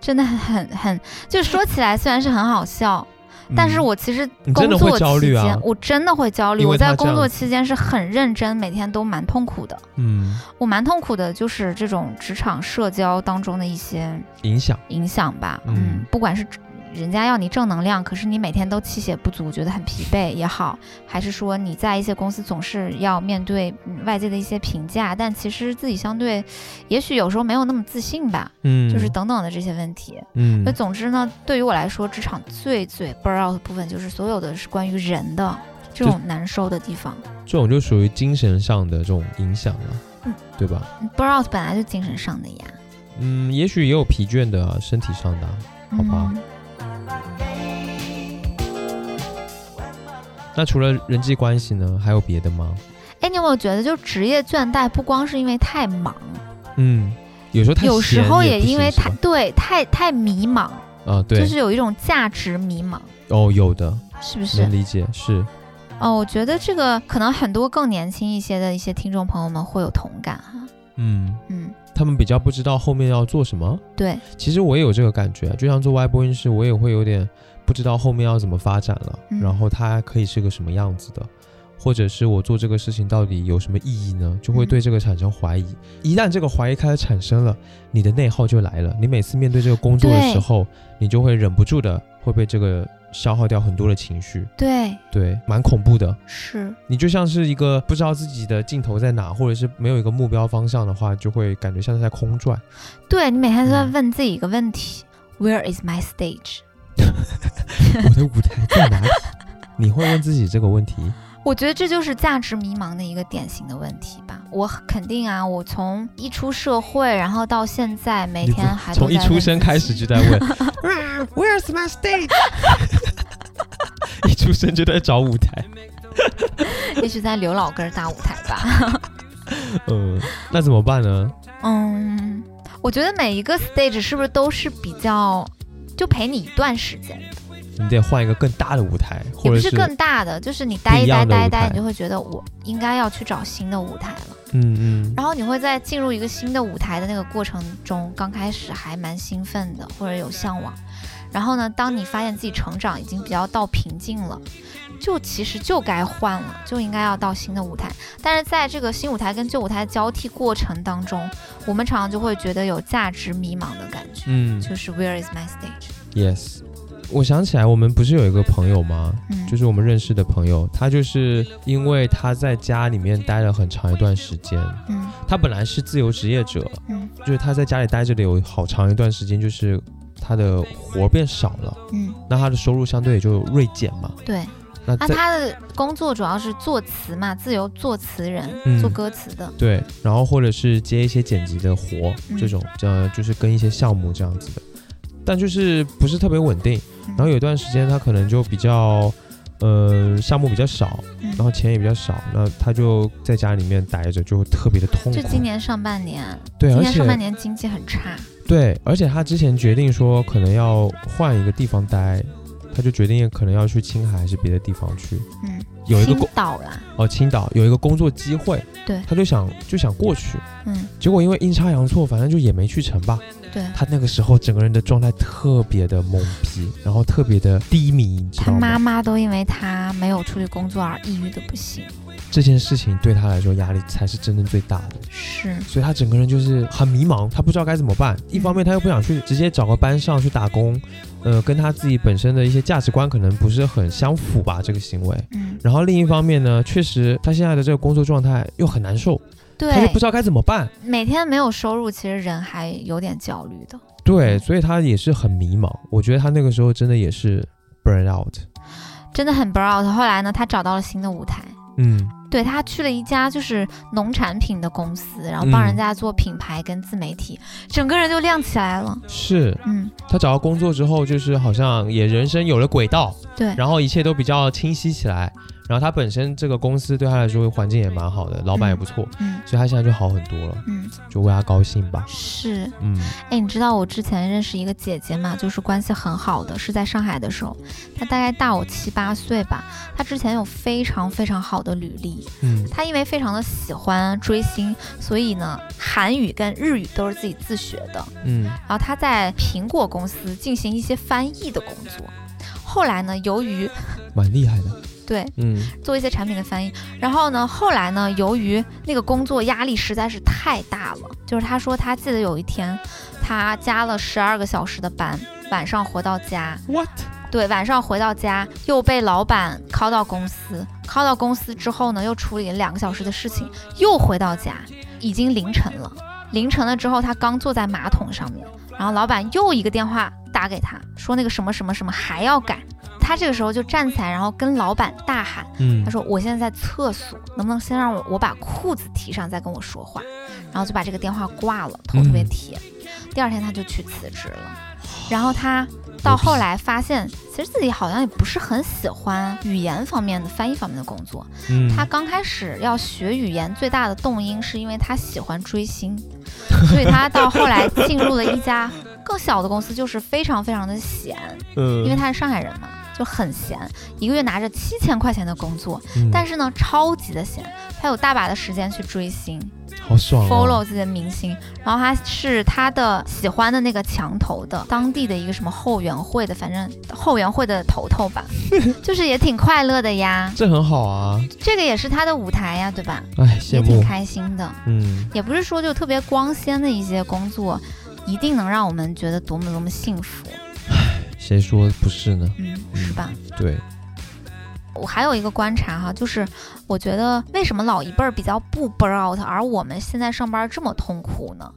Speaker 1: 真的很很很，就说起来虽然是很好笑，但是
Speaker 2: 嗯
Speaker 1: 我其实
Speaker 2: 你
Speaker 1: 工
Speaker 2: 真的
Speaker 1: 作
Speaker 2: 会焦
Speaker 1: 期
Speaker 2: 虑啊
Speaker 1: 间我真的会焦虑。
Speaker 2: 因
Speaker 1: 我
Speaker 2: 为他
Speaker 1: 在
Speaker 2: 这
Speaker 1: 工作
Speaker 2: 样
Speaker 1: 期间是很认真，每天都蛮痛苦的。
Speaker 2: 嗯
Speaker 1: 我蛮痛苦的，就是这种职场社交当中的一些
Speaker 2: 嗯影响，
Speaker 1: 影响吧。嗯，
Speaker 2: 嗯
Speaker 1: 不管是人家要你正能量，可是你每天都气血不足，觉得很疲惫也好，还是说你在一些公司总是要面对嗯外界的一些评价，但其实自己相对，也许有时候没有那么自信吧，
Speaker 2: 嗯，
Speaker 1: 就是呃等等的这些问题。
Speaker 2: 嗯
Speaker 1: 那总之呢，对于我来说，职场最最 burn out 的部分就是所有的是关于人的这种难受的地方。
Speaker 2: 这种就属于精神上的这种影响了，
Speaker 1: 嗯
Speaker 2: 对吧？
Speaker 1: 嗯 burn out 本来就精神上的呀，
Speaker 2: 嗯，也许也有疲倦的、啊，身体上的啊、好吧
Speaker 1: 嗯
Speaker 2: 那除了人际关系呢，还有别的吗？
Speaker 1: 哎，你有没有觉得，就职业倦怠不光是因为太忙，
Speaker 2: 嗯，有时候太
Speaker 1: 有时候
Speaker 2: 也
Speaker 1: 也因为太
Speaker 2: 太
Speaker 1: 对太太迷茫，
Speaker 2: 啊，对，
Speaker 1: 就是有一种价值迷茫，
Speaker 2: 哦，有的
Speaker 1: 是不是
Speaker 2: 能？理解，是
Speaker 1: 哦，我觉得这个可能很多更年轻一些的一些听众朋友们会有同感哈。
Speaker 2: 嗯，
Speaker 1: 嗯，
Speaker 2: 他们比较不知道后面要做什么。
Speaker 1: 对，
Speaker 2: 其实我也有这个感觉，啊就像做外播音师，我也会有点不知道后面要怎么发展了，
Speaker 1: 嗯
Speaker 2: 然后它可以是个什么样子的，或者是我做这个事情到底有什么意义呢？就
Speaker 1: 嗯
Speaker 2: 会对这个产生怀疑。一旦这个怀疑开始产生了，你的内耗就来了。你每次面对这个工作的时候，你就会忍不住的会被这个消耗掉很多的情绪，
Speaker 1: 对，
Speaker 2: 对，蛮恐怖的。
Speaker 1: 是，
Speaker 2: 你就像是一个不知道自己的尽头在哪，或者是没有一个目标方向的话，就会感觉像是在空转。
Speaker 1: 对你每天都在
Speaker 2: 嗯
Speaker 1: 问自己一个问题、w h e r e is my stage？
Speaker 2: 我的舞台
Speaker 1: [laughs]
Speaker 2: 在哪里？你会问自己这个问题？
Speaker 1: 我觉得这就是价值迷茫的一个典型的问题吧。我很肯定啊，我从一出社会，然后到现在，每
Speaker 2: 你不
Speaker 1: 天还都
Speaker 2: 从一
Speaker 1: 在
Speaker 2: 出
Speaker 1: 问
Speaker 2: 生
Speaker 1: 自
Speaker 2: 开
Speaker 1: 己
Speaker 2: 始就在
Speaker 1: [laughs]
Speaker 2: 问，Where's my stage？一出生就在找舞
Speaker 1: [laughs]
Speaker 2: 台，
Speaker 1: 也许在刘老根儿大舞台吧。
Speaker 2: 嗯，那怎么办呢？
Speaker 1: 嗯，我觉得每一个 stage 是不是都是比较就陪你一段时间，
Speaker 2: 你得换一个更大的舞台，
Speaker 1: 也
Speaker 2: 或
Speaker 1: 不
Speaker 2: 者
Speaker 1: 是更大的，就是你待
Speaker 2: 不
Speaker 1: 一
Speaker 2: 一
Speaker 1: 待
Speaker 2: 样的
Speaker 1: 待一
Speaker 2: 舞
Speaker 1: 待，
Speaker 2: 台
Speaker 1: 你就会觉得我应该要去找新的舞台了。
Speaker 2: 嗯嗯，
Speaker 1: 然后你会在进入一个新的舞台的那个过程中，刚开始还蛮兴奋的，或者有向往。然后呢，当你发现自己成长已经比较到瓶颈了，就其实就该换了，就应该要到新的舞台。但是在这个新舞台跟旧舞台的交替过程当中，我们常常就会觉得有价值迷茫的感觉，
Speaker 2: 嗯
Speaker 1: 就是 Where is my stage？
Speaker 2: ，Yes。我想起来，我们不是有一个朋友吗？
Speaker 1: 嗯，
Speaker 2: 就是我们认识的朋友，他就是因为他在家里面待了很长一段时间，
Speaker 1: 嗯
Speaker 2: 他本来是自由职业者，
Speaker 1: 嗯
Speaker 2: 就是他在家里待着的有好长一段时间，就是他的活儿变少了，
Speaker 1: 嗯，
Speaker 2: 那他的收入相对也就锐减嘛。
Speaker 1: 对。
Speaker 2: 那
Speaker 1: 那、
Speaker 2: 在、
Speaker 1: 啊他的工作主要是作词嘛，自由作词人，
Speaker 2: 嗯
Speaker 1: 做歌词的。
Speaker 2: 对，然后或者是接一些剪辑的活，
Speaker 1: 嗯
Speaker 2: 这种呃就是跟一些项目这样子的，但就是不是特别稳定。
Speaker 1: 嗯
Speaker 2: 然后有一段时间他可能就比较呃项目比较少，
Speaker 1: 嗯
Speaker 2: 然后钱也比较少，那他就在家里面待着，就特别的痛苦。
Speaker 1: 就今年上半年，
Speaker 2: 对，
Speaker 1: 今
Speaker 2: 而
Speaker 1: 年上半
Speaker 2: 且
Speaker 1: 年经济很差，
Speaker 2: 对，而且他之前决定说可能要换一个地方待，他就决定可能要去青海还是别的地方去。
Speaker 1: 嗯，
Speaker 2: 有一个
Speaker 1: 青
Speaker 2: 工
Speaker 1: 岛啦，
Speaker 2: 哦，青岛有一个工作机会，
Speaker 1: 对
Speaker 2: 他就想就想过去，
Speaker 1: 嗯，
Speaker 2: 结果因为阴差阳错，反正就也没去成吧。
Speaker 1: 对，
Speaker 2: 他那个时候整个人的状态特别的懵逼，然后特别的低迷，你知
Speaker 1: 他
Speaker 2: 道吗？
Speaker 1: 妈妈都因为他没有出去工作而抑郁的不行，
Speaker 2: 这件事情对他来说压力才是真正最大的，
Speaker 1: 是，
Speaker 2: 所以他整个人就是很迷茫，他不知道该怎么办。
Speaker 1: 嗯
Speaker 2: 一方面他又不想去直接找个班上去打工，呃，跟他自己本身的一些价值观可能不是很相符吧，这个行为。
Speaker 1: 嗯，
Speaker 2: 然后另一方面呢，确实他现在的这个工作状态又很难受，他就
Speaker 1: 对
Speaker 2: 不，知道该怎么办。
Speaker 1: 每天没有收入，其实人还有点焦虑的。嗯
Speaker 2: 对，所以他也是很迷茫。我觉得他那个时候真的也是 burn out。
Speaker 1: 真的很 burn out。后来呢，他找到了新的舞台，
Speaker 2: 嗯，
Speaker 1: 对他去了一家就是农产品的公司，然后帮
Speaker 2: 嗯
Speaker 1: 人家做品牌跟自媒体，整个人就亮起来了。
Speaker 2: 是
Speaker 1: 嗯，
Speaker 2: 他找到工作之后，就是好像也人生有了轨道，
Speaker 1: 对
Speaker 2: 然后一切都比较清晰起来。然后他本身这个公司对他来说环境也蛮好的，老板也不错，
Speaker 1: 嗯
Speaker 2: 所以他现在就好很多了，
Speaker 1: 嗯，
Speaker 2: 就为他高兴吧。
Speaker 1: 是。
Speaker 2: 嗯，
Speaker 1: 哎，你知道我之前认识一个姐姐嘛，就是关系很好的，是在上海的时候，她大概大我七八岁吧。她之前有非常非常好的履历，
Speaker 2: 嗯，
Speaker 1: 她因为非常的喜欢追星，所以呢，韩语跟日语都是自己自学的。
Speaker 2: 嗯，
Speaker 1: 然后他在苹果公司进行一些翻译的工作。后来呢，由于
Speaker 2: 蛮厉害的。
Speaker 1: 对
Speaker 2: 嗯，
Speaker 1: 做一些产品的翻译，然后呢，后来呢，由于那个工作压力实在是太大了，就是他说他记得有一天，他加了十二个小时的班，晚上回到家
Speaker 2: What？
Speaker 1: 对，晚上回到家又被老板 call 到公司，call 到公司之后呢，又处理了两个小时的事情，又回到家，已经凌晨了。凌晨了之后，他刚坐在马桶上面，然后老板又一个电话打给他，说那个什么什么什么还要改。他这个时候就站起来，然后跟老板大喊：“
Speaker 2: 嗯
Speaker 1: 他，说我现在在厕所，能不能先让我我把裤子提上再跟我说话？然后就把这个电话挂了，头特别
Speaker 2: 嗯哦
Speaker 1: 铁。第二天他就去辞职了。然后他到后来发现，其实自己好像也不是很喜欢语言方面的翻译方面的工作。
Speaker 2: 嗯
Speaker 1: 他刚开始要学语言，最大的动因是因为他喜欢追星，所以他到后来进入了一家更小的公司，就是非常非常的闲，
Speaker 2: 嗯
Speaker 1: 因为他是上海人嘛，就很闲，一个月拿着七千块钱的工作，
Speaker 2: 嗯
Speaker 1: 但是呢，超级的闲，他有大把的时间去追星、
Speaker 2: 好爽哦
Speaker 1: follow 自己的明星。然后他是他的喜欢的那个墙头的当地的一个什么后援会的，反正后援会的头头
Speaker 2: [laughs]
Speaker 1: 吧，就是也挺快乐的呀。
Speaker 2: 这很好啊，
Speaker 1: 这个也是他的舞台呀，对吧？
Speaker 2: 哎，
Speaker 1: 也
Speaker 2: 羡
Speaker 1: 挺
Speaker 2: 慕。
Speaker 1: 开心的，
Speaker 2: 嗯，
Speaker 1: 也不是说就特别光鲜的一些工作，一定能让我们觉得多么多么幸福，
Speaker 2: 谁说不是呢？
Speaker 1: 嗯，是吧？
Speaker 2: 对，
Speaker 1: 我还有一个观察哈，就是我觉得为什么老一辈儿比较不 burn out，而我们现在上班这么痛苦呢？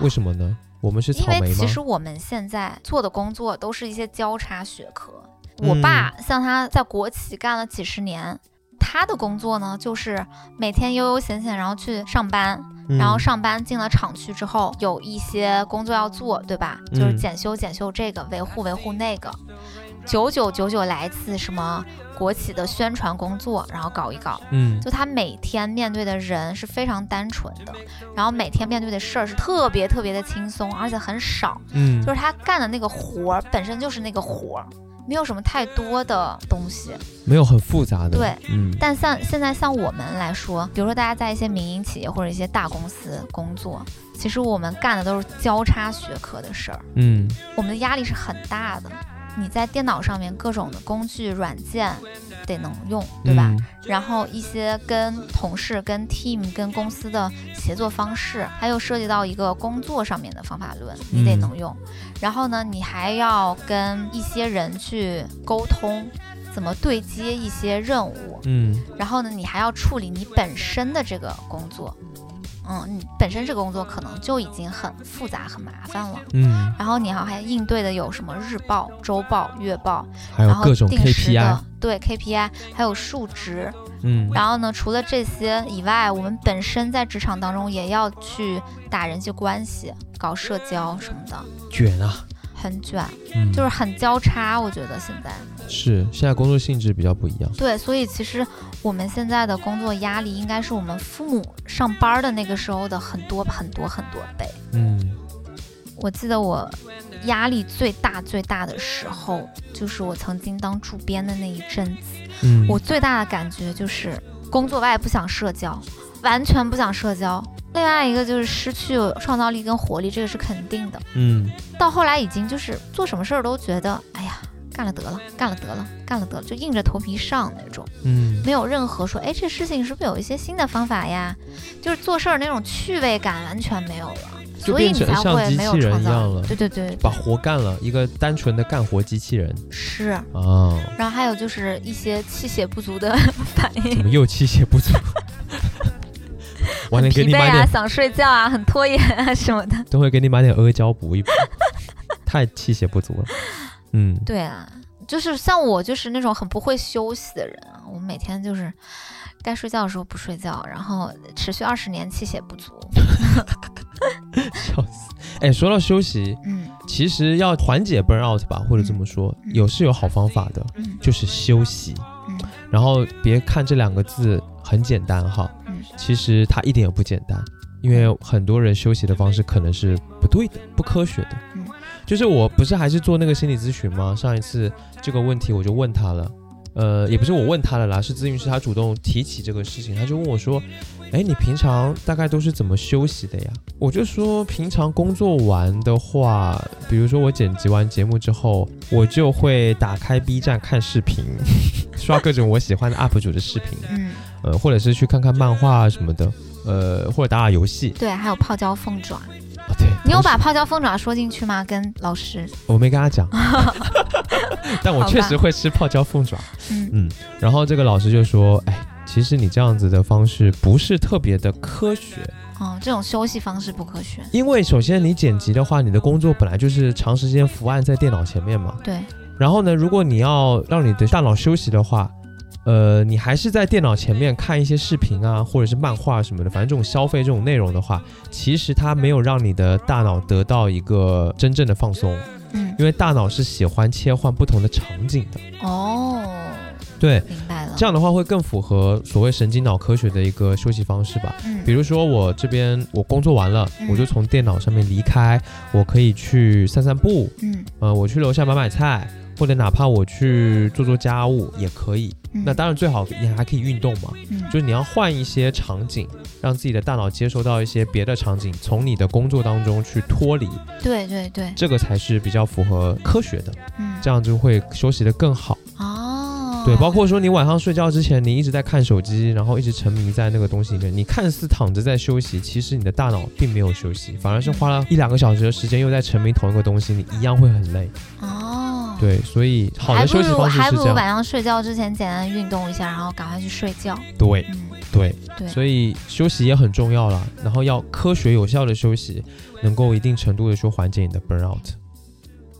Speaker 2: 为什么呢？我们是
Speaker 1: 因
Speaker 2: 草
Speaker 1: 为
Speaker 2: 莓吗
Speaker 1: 其？实我们现在做的工作都是一些交叉学科。
Speaker 2: 嗯
Speaker 1: 我爸像他在国企干了几十年，他的工作呢就是每天悠悠闲闲，然后去上班，
Speaker 2: 嗯
Speaker 1: 然后上班进了厂区之后，有一些工作要做，对吧？
Speaker 2: 嗯
Speaker 1: 就是检修检修这个，维护维护那个，九九九九来一次什么国企的宣传工作，然后搞一搞。
Speaker 2: 嗯
Speaker 1: 就他每天面对的人是非常单纯的，然后每天面对的事儿是特别特别的轻松，而且很少。
Speaker 2: 嗯，
Speaker 1: 就是他干的那个活儿本身就是那个活儿，没有什么太多的东西。
Speaker 2: 没有很复杂的。
Speaker 1: 对，
Speaker 2: 嗯
Speaker 1: 但像现在像我们来说，比如说大家在一些民营企业或者一些大公司工作，其实我们干的都是交叉学科的事儿，
Speaker 2: 嗯
Speaker 1: 我们的压力是很大的。你在电脑上面各种的工具软件得能用，对吧？
Speaker 2: 嗯
Speaker 1: 然后一些跟同事、跟 team、跟公司的协作方式，还有涉及到一个工作上面的方法论，你得
Speaker 2: 嗯
Speaker 1: 能用。然后呢，你还要跟一些人去沟通，怎么对接一些任务。
Speaker 2: 嗯
Speaker 1: 然后呢，你还要处理你本身的这个工作。嗯，你本身这个工作可能就已经很复杂、很麻烦了。
Speaker 2: 嗯，
Speaker 1: 然后你还还应对的有什么日报、周报、月报，
Speaker 2: 还
Speaker 1: 然
Speaker 2: 有
Speaker 1: 后
Speaker 2: 各种
Speaker 1: 定时
Speaker 2: KPI，
Speaker 1: 的对 KPI，还有数值，
Speaker 2: 嗯，
Speaker 1: 然后呢，除了这些以外，我们本身在职场当中也要去打人际关系、搞社交什么的，
Speaker 2: 卷啊，
Speaker 1: 很卷，
Speaker 2: 嗯，
Speaker 1: 就是很交叉。我觉得现在
Speaker 2: 是现在工作性质比较不一样，
Speaker 1: 对，所以其实我们现在的工作压力应该是我们父母上班的那个时候的很多很多很多倍。
Speaker 2: 嗯，
Speaker 1: 我记得我压力最大最大的时候，就是我曾经当主编的那一阵子。
Speaker 2: 嗯
Speaker 1: 我最大的感觉就是工作外不想社交，完全不想社交。另外一个就是失去创造力跟活力，这个是肯定的。
Speaker 2: 嗯
Speaker 1: 到后来已经就是做什么事儿都觉得，哎呀，干了得了，干了得了，干了得了，就硬着头皮上那种，
Speaker 2: 嗯
Speaker 1: 没有任何说，哎，这事情是不是有一些新的方法呀？就是做事儿那种趣味感完全没有了，
Speaker 2: 就
Speaker 1: 所以
Speaker 2: 变
Speaker 1: 你
Speaker 2: 成
Speaker 1: 才
Speaker 2: 像
Speaker 1: 会
Speaker 2: 机
Speaker 1: 没
Speaker 2: 器
Speaker 1: 有
Speaker 2: 人
Speaker 1: 创
Speaker 2: 一样
Speaker 1: 造
Speaker 2: 了
Speaker 1: 力。对对对，
Speaker 2: 把活干了，一个单纯的干活机器人
Speaker 1: 是。 [laughs]
Speaker 2: 啊，
Speaker 1: 然后还有就是一些气血不足的 [laughs] 反应
Speaker 2: 怎。么又器械不足？ [laughs] 晚点给
Speaker 1: 疲
Speaker 2: 你
Speaker 1: 惫
Speaker 2: 买
Speaker 1: 啊，
Speaker 2: 点，
Speaker 1: 想睡觉啊，很拖延
Speaker 2: [laughs]
Speaker 1: 啊什么的。
Speaker 2: 等会给你买点阿胶补一 [laughs] 补，太器械不足了。嗯，
Speaker 1: 对啊，就是像我就是那种很不会休息的人啊，我每天就是该睡觉的时候不睡觉，然后持续二十年气血不足。
Speaker 2: 笑死。哎，说到休息，
Speaker 1: 嗯
Speaker 2: 其实要缓解 burn out 吧，或者这么说，
Speaker 1: 嗯
Speaker 2: 有是有好方法的，
Speaker 1: 嗯
Speaker 2: 就是休息。
Speaker 1: 嗯
Speaker 2: 然后别看这两个字很简单哈，
Speaker 1: 嗯
Speaker 2: 其实它一点也不简单，因为很多人休息的方式可能是不对的、不科学的。
Speaker 1: 嗯
Speaker 2: 就是我不是还是做那个心理咨询吗？上一次这个问题我就问他了，呃，也不是我问他了啦，是咨询师他主动提起这个事情，他就问我说：“哎，你平常大概都是怎么休息的呀？”我就说，平常工作完的话，比如说我剪辑完节目之后，我就会打开 B 站看视频，刷各种我喜欢的 UP 主的视频。
Speaker 1: 嗯，
Speaker 2: 呃，或者是去看看漫画啊什么的，呃，或者打打游戏
Speaker 1: 对，还有泡椒凤爪，
Speaker 2: 啊。对，
Speaker 1: 你有
Speaker 2: 同时
Speaker 1: 把泡椒凤爪说进去吗？跟老师，
Speaker 2: 我没跟
Speaker 1: [laughs]
Speaker 2: 他讲， [laughs] 但我
Speaker 1: 好
Speaker 2: 确
Speaker 1: 吧
Speaker 2: 实会吃泡椒凤爪。
Speaker 1: 嗯
Speaker 2: 嗯，然后这个老师就说，哎，其实你这样子的方式不是特别的科学，
Speaker 1: 哦，这种休息方式不科学。
Speaker 2: 因为首先你剪辑的话，你的工作本来就是长时间伏案在电脑前面嘛，
Speaker 1: 对，
Speaker 2: 然后呢，如果你要让你的大脑休息的话，呃，你还是在电脑前面看一些视频啊，或者是漫画什么的，反正这种消费这种内容的话，其实它没有让你的大脑得到一个真正的放松，
Speaker 1: 嗯
Speaker 2: 因为大脑是喜欢切换不同的场景的。
Speaker 1: 哦，
Speaker 2: 对，
Speaker 1: 明白了
Speaker 2: 这。样的话会更符合所谓神经脑科学的一个休息方式吧。比
Speaker 1: 嗯
Speaker 2: 如说我这边我工作完了，
Speaker 1: 嗯
Speaker 2: 我就从电脑上面离开，我可以去散散步，
Speaker 1: 嗯
Speaker 2: 呃，我去楼下买买菜，或者哪怕我去做做家务也可以。
Speaker 1: 嗯，
Speaker 2: 那当然最好你还可以运动嘛，
Speaker 1: 嗯
Speaker 2: 就是你要换一些场景，让自己的大脑接收到一些别的场景，从你的工作当中去脱离，
Speaker 1: 对对对，
Speaker 2: 这个才是比较符合科学的，
Speaker 1: 嗯
Speaker 2: 这样就会休息得更好。
Speaker 1: 哦，
Speaker 2: 对，包括说你晚上睡觉之前，你一直在看手机，然后一直沉迷在那个东西里面，你看似躺着在休息，其实你的大脑并没有休息，反而是花了一两个小时的时间又在沉迷同一个东西，你一样会很累。
Speaker 1: 哦，
Speaker 2: 对，所以好
Speaker 1: 还
Speaker 2: 的
Speaker 1: 不
Speaker 2: 休息
Speaker 1: 如
Speaker 2: 方式
Speaker 1: 还
Speaker 2: 是
Speaker 1: 不如
Speaker 2: 这样。
Speaker 1: 晚上睡觉之前简单运动一下，然后赶快去睡觉。
Speaker 2: 对
Speaker 1: 嗯，
Speaker 2: 对
Speaker 1: 对
Speaker 2: 所以休息也很重要啦。然后要科学有效的休息，能够一定程度的说缓解你的 burnout。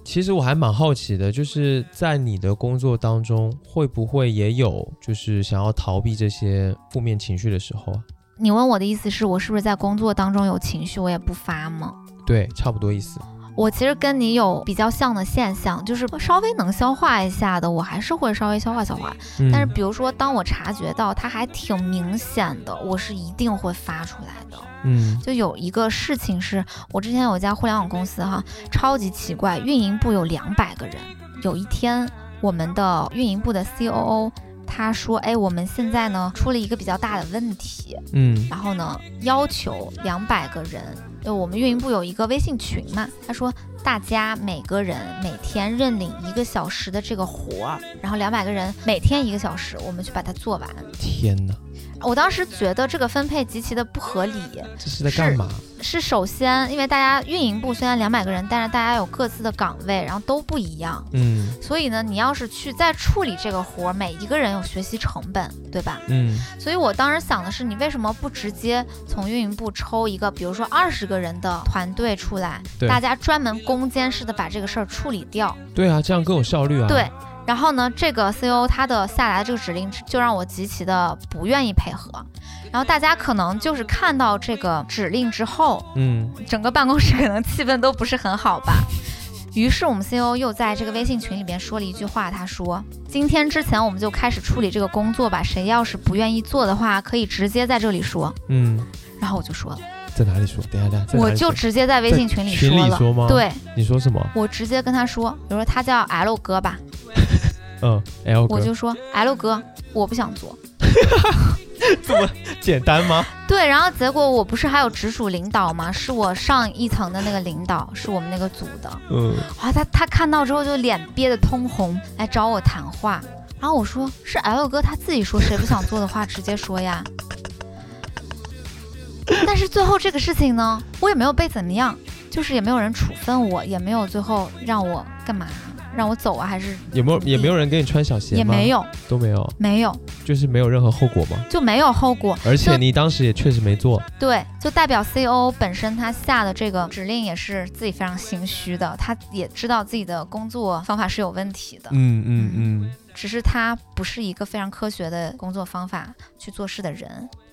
Speaker 2: 其实我还蛮好奇的，就是在你的工作当中，会不会也有就是想要逃避这些负面情绪的时候啊？
Speaker 1: 你问我的意思是我是不是在工作当中有情绪，我也不发吗？
Speaker 2: 对，差不多意思。
Speaker 1: 我其实跟你有比较像的现象，就是稍微能消化一下的，我还是会稍微消化消化。
Speaker 2: 嗯，
Speaker 1: 但是比如说，当我察觉到它还挺明显的，我是一定会发出来的。
Speaker 2: 嗯
Speaker 1: 就有一个事情是，我之前有一家互联网公司哈，超级奇怪，运营部有两百个人。有一天，我们的运营部的 COO 他说：“哎，我们现在呢出了一个比较大的问题，
Speaker 2: 嗯
Speaker 1: 然后呢要求两百个人，就我们运营部有一个微信群嘛，他说大家每个人每天认领一个小时的这个活儿，然后两百个人每天一个小时，我们去把它做完。”
Speaker 2: 天哪，
Speaker 1: 我当时觉得这个分配极其的不合理，
Speaker 2: 这是在干嘛？
Speaker 1: 是首先，因为大家运营部虽然两百个人，但是大家有各自的岗位，然后都不一样，
Speaker 2: 嗯
Speaker 1: 所以呢，你要是去再处理这个活儿，每一个人有学习成本，对吧？
Speaker 2: 嗯
Speaker 1: 所以我当时想的是，你为什么不直接从运营部抽一个，比如说二十个人的团队出来，
Speaker 2: 对
Speaker 1: 大家专门攻坚式的把这个事儿处理掉？
Speaker 2: 对啊，这样更有效率啊。
Speaker 1: 对，。然后呢，这个 CEO 他的下达这个指令就让我极其的不愿意配合。然后大家可能就是看到这个指令之后，
Speaker 2: 嗯
Speaker 1: 整个办公室可能气氛都不是很好吧。于是我们 CEO 又在这个微信群里边说了一句话，他说：“今天之前我们就开始处理这个工作吧，谁要是不愿意做的话，可以直接在这里说。
Speaker 2: 嗯，”
Speaker 1: 然后我就说了，
Speaker 2: 在哪里说？等一下，等一下，在哪
Speaker 1: 我
Speaker 2: 里
Speaker 1: 就
Speaker 2: 说
Speaker 1: 直接在微信群里
Speaker 2: 群
Speaker 1: 说
Speaker 2: 里
Speaker 1: 了，
Speaker 2: 说吗？，
Speaker 1: 对
Speaker 2: 你说什么？
Speaker 1: 我直接跟他说，比如说他叫 L 哥吧，
Speaker 2: 嗯，L
Speaker 1: 我
Speaker 2: 哥，
Speaker 1: 就说 L 哥，我不想做。
Speaker 2: 简单吗？
Speaker 1: [laughs] 对，然后结果我不是还有直属领导吗？是我上一层的那个领导，是我们那个组的。
Speaker 2: 嗯，
Speaker 1: 啊，他他看到之后就脸憋得通红，来找我谈话。然后我说是 L 哥他自己说，谁不想做的话直接说呀。 [laughs] 但是最后这个事情呢，我也没有被怎么样，就是也没有人处分我，也没有最后让我干嘛，让我走啊，还是
Speaker 2: 有没有也没有人给你穿小鞋吗？
Speaker 1: 也没，有，
Speaker 2: 都没有，
Speaker 1: 没有
Speaker 2: 就是没有任何后果吗？
Speaker 1: 就没有后果。
Speaker 2: 而且
Speaker 1: 就
Speaker 2: 你当时也确实没做，
Speaker 1: 对，就代表 CEO 本身他下的这个指令也是自己非常心虚的，他也知道自己的工作方法是有问题的。
Speaker 2: 嗯嗯嗯。
Speaker 1: 只是他不是一个非常科学的工作方法去做事的人，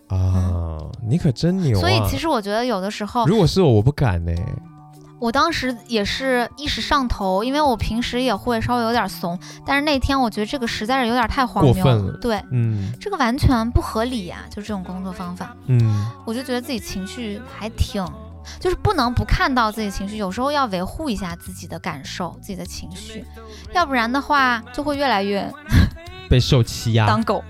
Speaker 2: 啊，你可真牛、啊！
Speaker 1: 所以其实我觉得有的时候，
Speaker 2: 如果是我，我不敢呢、
Speaker 1: 我当时也是一时上头，因为我平时也会稍微有点怂，但是那天我觉得这个实在是有点太荒
Speaker 2: 过
Speaker 1: 谬
Speaker 2: 分了
Speaker 1: 对，
Speaker 2: 嗯
Speaker 1: 这个完全不合理呀、就这种工作方法，
Speaker 2: 嗯，
Speaker 1: 我就觉得自己情绪还挺。就是不能不看到自己情绪，有时候要维护一下自己的感受、自己的情绪，要不然的话就会越来越
Speaker 2: 啊备嗯受欺压
Speaker 1: 当，狗。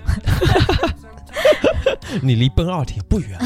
Speaker 2: 你离奔奥体不
Speaker 1: [laughs]
Speaker 2: 远，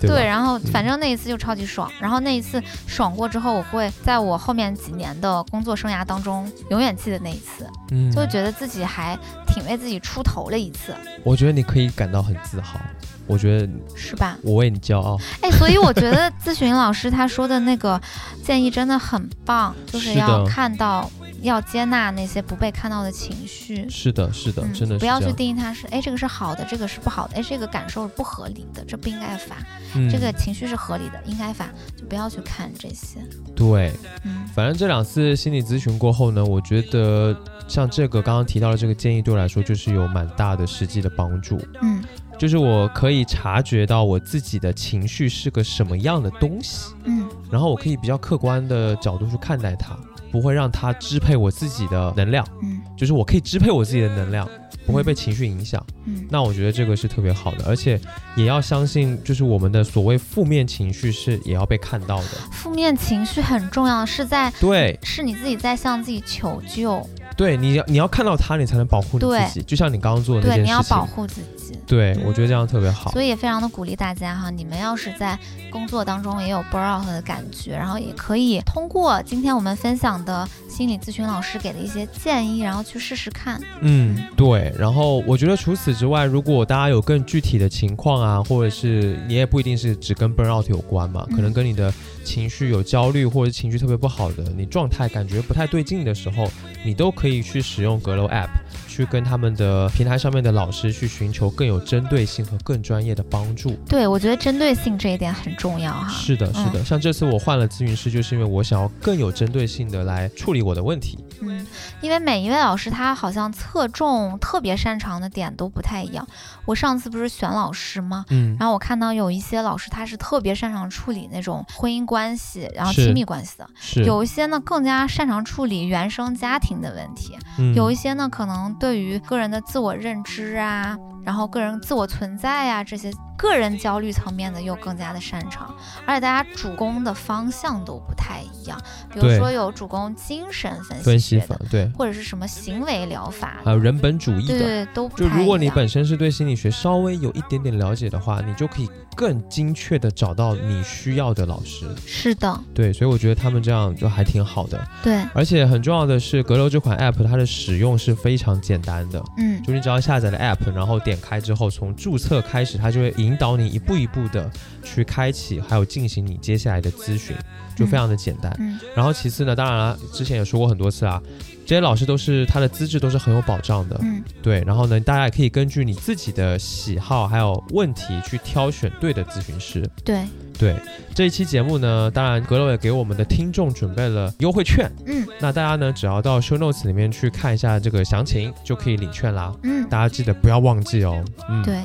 Speaker 2: 对吧？
Speaker 1: 对，然后
Speaker 2: 嗯
Speaker 1: 反正那一次就超级爽，然后那一次爽过之后，我会在我后面几年的工作生涯当中永远记得那一次，
Speaker 2: 嗯，
Speaker 1: 就觉得自己还挺为自己出头了一次，
Speaker 2: 我觉得你可以感到很自豪，我觉得
Speaker 1: 是 [laughs] 吧？
Speaker 2: 我为你骄傲，
Speaker 1: 哎，所以我觉得咨询老师他说的那个建议真的很棒，就是
Speaker 2: 是的
Speaker 1: 要看到。要接纳那些不被看到的情绪，
Speaker 2: 是的，是的，
Speaker 1: 嗯，
Speaker 2: 真的是
Speaker 1: 不要
Speaker 2: 这
Speaker 1: 去
Speaker 2: 样
Speaker 1: 定义它是，哎，这个是好的，这个是不好的，哎，这个感受是不合理的，这不应该发，
Speaker 2: 嗯
Speaker 1: 这个情绪是合理的，应该发，就不要去看这些，
Speaker 2: 对。
Speaker 1: 嗯
Speaker 2: 反正这两次心理咨询过后呢，我觉得像这个刚刚提到的这个建议对我来说，就是有蛮大的实际的帮助。
Speaker 1: 嗯
Speaker 2: 就是我可以察觉到我自己的情绪是个什么样的东西，
Speaker 1: 嗯。
Speaker 2: 然后我可以比较客观的角度去看待它，不会让它支配我自己的能量，
Speaker 1: 嗯
Speaker 2: 就是我可以支配我自己的能量，不会被情绪影响。
Speaker 1: 嗯
Speaker 2: 那我觉得这个是特别好的，而且也要相信，就是我们的所谓负面情绪是也要被看到的。，
Speaker 1: 负面情绪很重要，是在
Speaker 2: 对，
Speaker 1: 是你自己在向自己求救，
Speaker 2: 对，你要你要看到它，你才能保护你
Speaker 1: 对
Speaker 2: 自己。就像你刚刚做的那
Speaker 1: 对，
Speaker 2: 件
Speaker 1: 你要
Speaker 2: 事情
Speaker 1: 保，护自己。
Speaker 2: 对我觉得这样特别好。
Speaker 1: 所以也非常的鼓励大家哈，你们要是在工作当中也有 burn out 的感觉，然后也可以通过今天我们分享的心理咨询老师给的一些建议，然后去试试看。
Speaker 2: 嗯，对。然后我觉得除此之外，如果大家有更具体的情况啊，或者是你也不一定是只跟 burnout 有关嘛，
Speaker 1: 嗯
Speaker 2: 可能跟你的情绪有焦虑，或者情绪特别不好的，你状态感觉不太对劲的时候，你都可以去使用阁楼 app，去跟他们的平台上面的老师去寻求更有针对性和更专业的帮助。
Speaker 1: 对，我觉得针对性这一点很重要哈。
Speaker 2: 是的，是的，像这次我换了咨询师，就是因为我想要更有针对性的来处理我的问题。
Speaker 1: 嗯，因为每一位老师他好像侧重特别擅长的点都不太一样。我上次不是选老师吗？
Speaker 2: 嗯
Speaker 1: 然后我看到啊有一些老师，他是特别擅长处理那种婚姻关系，然后
Speaker 2: 是
Speaker 1: 亲密关系的；
Speaker 2: 是
Speaker 1: 有一些呢更加擅长处理原生家庭的问题；
Speaker 2: 嗯
Speaker 1: 有一些呢可能对于个人的自我认知啊，然后个人自我存在啊这些个人焦虑层面的又更加的擅长。而且大家主攻的方向都不太一样，比如
Speaker 2: 对
Speaker 1: 说有主攻精神分
Speaker 2: 分
Speaker 1: 析
Speaker 2: 析
Speaker 1: 学
Speaker 2: 法
Speaker 1: 的，
Speaker 2: 对，
Speaker 1: 或者是什么行为疗法的，
Speaker 2: 还有人本主义
Speaker 1: 对
Speaker 2: 的。
Speaker 1: 对对，都不
Speaker 2: 就
Speaker 1: 太
Speaker 2: 如果
Speaker 1: 一
Speaker 2: 你
Speaker 1: 样
Speaker 2: 本身是对心理学稍微有一点点了解的话，你就可以更精确的找到你需要的老师。
Speaker 1: 是的，
Speaker 2: 对，所以我觉得他们这样就还挺好的。
Speaker 1: 对，
Speaker 2: 而且很重要的是，阁楼这款 app 它的使用是非常简单的，
Speaker 1: 嗯，
Speaker 2: 就你只要下载了 app，然后点开之后，从注册开始，它就会引导你一步一步的去开启，还有进行你接下来的咨询，就非常的简单。
Speaker 1: 嗯
Speaker 2: 然后其次呢，当然了，之前也说过很多次啦，这些老师都是他的资质都是很有保障的，
Speaker 1: 嗯
Speaker 2: 对，然后呢，大家也可以根据你自己的喜好还有问题去挑选对的咨询师。
Speaker 1: 对，
Speaker 2: 对，这一期节目呢，当然阁楼也给我们的听众准备了优惠券，
Speaker 1: 嗯
Speaker 2: 那大家呢只要到 show notes 里面去看一下这个详情，就可以领券啦。
Speaker 1: 嗯。
Speaker 2: 大家记得不要忘记哦。嗯，
Speaker 1: 对，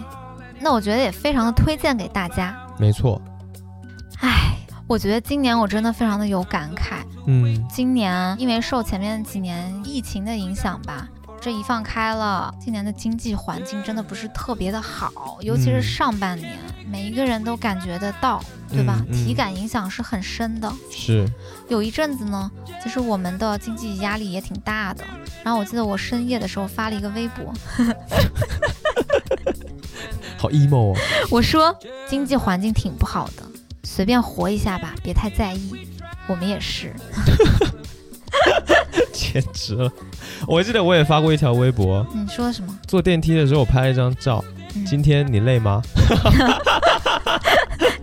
Speaker 1: 那我觉得也非常的推荐给大家。
Speaker 2: 没错，
Speaker 1: 唉，我觉得今年我真的非常的有感慨。
Speaker 2: 嗯
Speaker 1: 今年因为受前面几年疫情的影响吧，这一放开了，今年的经济环境真的不是特别的好，尤其
Speaker 2: 嗯
Speaker 1: 是上半年，每一个人都感觉得到，对吧？
Speaker 2: 嗯嗯
Speaker 1: 体感影响是很深的。
Speaker 2: 是，
Speaker 1: 有一阵子呢，其实我们的经济压力也挺大的。然后我记得我深夜的时候发了一个微博，
Speaker 2: 好 emo 哦，
Speaker 1: 我说经济环境挺不好的，随便活一下吧，别太在意。我们也是，
Speaker 2: [laughs] 简直了！我记得我也发过一条微博，
Speaker 1: 你说什么？
Speaker 2: 坐电梯的时候我拍了一张照。
Speaker 1: 嗯
Speaker 2: 今天你累吗？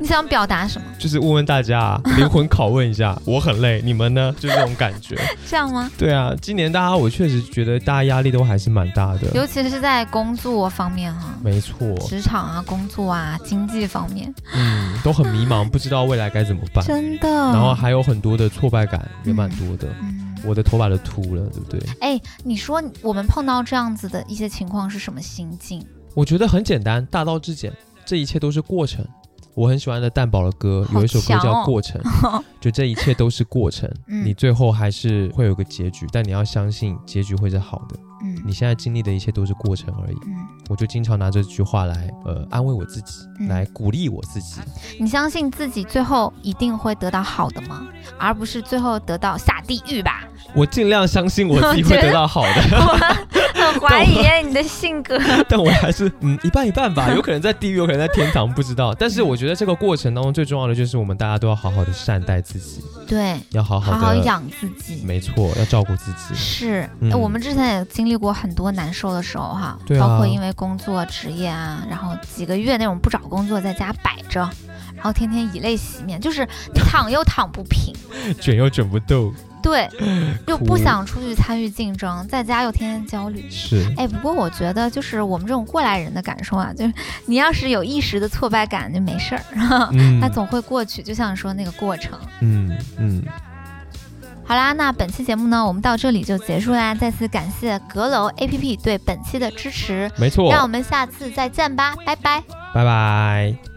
Speaker 1: 你想表达什么？
Speaker 2: 就是问问大家 [laughs] 啊，灵魂拷问一下，我很累，你们呢？就这种感 [laughs] 觉。
Speaker 1: 这样吗？
Speaker 2: 对啊，今年大家我确实觉得大家压力都还是蛮大的。
Speaker 1: 尤其是在工作方面哈、
Speaker 2: 没错，
Speaker 1: 职场啊、工作啊、经济方面，
Speaker 2: 嗯，都很迷茫，不知道未来该怎么办，
Speaker 1: 真的。
Speaker 2: 啊然后还有很多的挫败感，也蛮多的。
Speaker 1: 嗯，
Speaker 2: 我的头发都秃了，对不对？
Speaker 1: 哎，你说我们碰到这样子的一些情况是什么心境？
Speaker 2: 我觉得很简单，大道至简，这一切都是过程。我很喜欢的蛋堡的歌有一首歌
Speaker 1: 好
Speaker 2: 叫
Speaker 1: 强哦
Speaker 2: 《过程》 [laughs] 就这一切都是过程，
Speaker 1: 嗯
Speaker 2: 你最后还是会有个结局，但你要相信结局会是好的。
Speaker 1: 嗯
Speaker 2: 你现在经历的一切都是过程而已。
Speaker 1: 嗯，
Speaker 2: 我就经常拿这句话来呃安慰我自己，
Speaker 1: 嗯
Speaker 2: 来鼓励我自己。
Speaker 1: 你相信自己最后一定会得到好的吗？而不是最后得到下地狱
Speaker 2: [laughs]
Speaker 1: 吧？
Speaker 2: 我尽量相信我自己会得到好
Speaker 1: [laughs]
Speaker 2: 的，
Speaker 1: 很怀疑你的性
Speaker 2: [laughs]
Speaker 1: 格。
Speaker 2: 但我还是嗯一半一半吧，有可能在地狱，有可能在天堂，不知道。但是我觉得这个过程当中最重要的就是我们大家都要好好的善待自己，
Speaker 1: 对，
Speaker 2: 要好好
Speaker 1: 好
Speaker 2: 的
Speaker 1: 好养自己。
Speaker 2: 没错，要照顾自己。
Speaker 1: 是、
Speaker 2: 嗯
Speaker 1: 哎我们之前也经历过很多难受的时候哈，
Speaker 2: 对啊
Speaker 1: 包括因为工作、职业啊，然后几个月那种不找工作在家摆着，然后天天以泪洗面，就是你躺又躺不平，
Speaker 2: [laughs] 卷又卷不动，
Speaker 1: 对，又
Speaker 2: 苦
Speaker 1: 不想出去参与竞争，在家又天天焦虑。
Speaker 2: 是
Speaker 1: 哎，不过我觉得就是我们这种过来人的感受啊，就是你要是有一时的挫败感就没事儿， [laughs]
Speaker 2: 嗯
Speaker 1: 它总会过去，就像你说那个过程。
Speaker 2: 嗯嗯，
Speaker 1: 好啦，那本期节目呢，我们到这里就结束啦。再次感谢阁楼 APP 对本期的支持，
Speaker 2: 没错，
Speaker 1: 让我们下次再见吧，拜拜。
Speaker 2: 拜拜。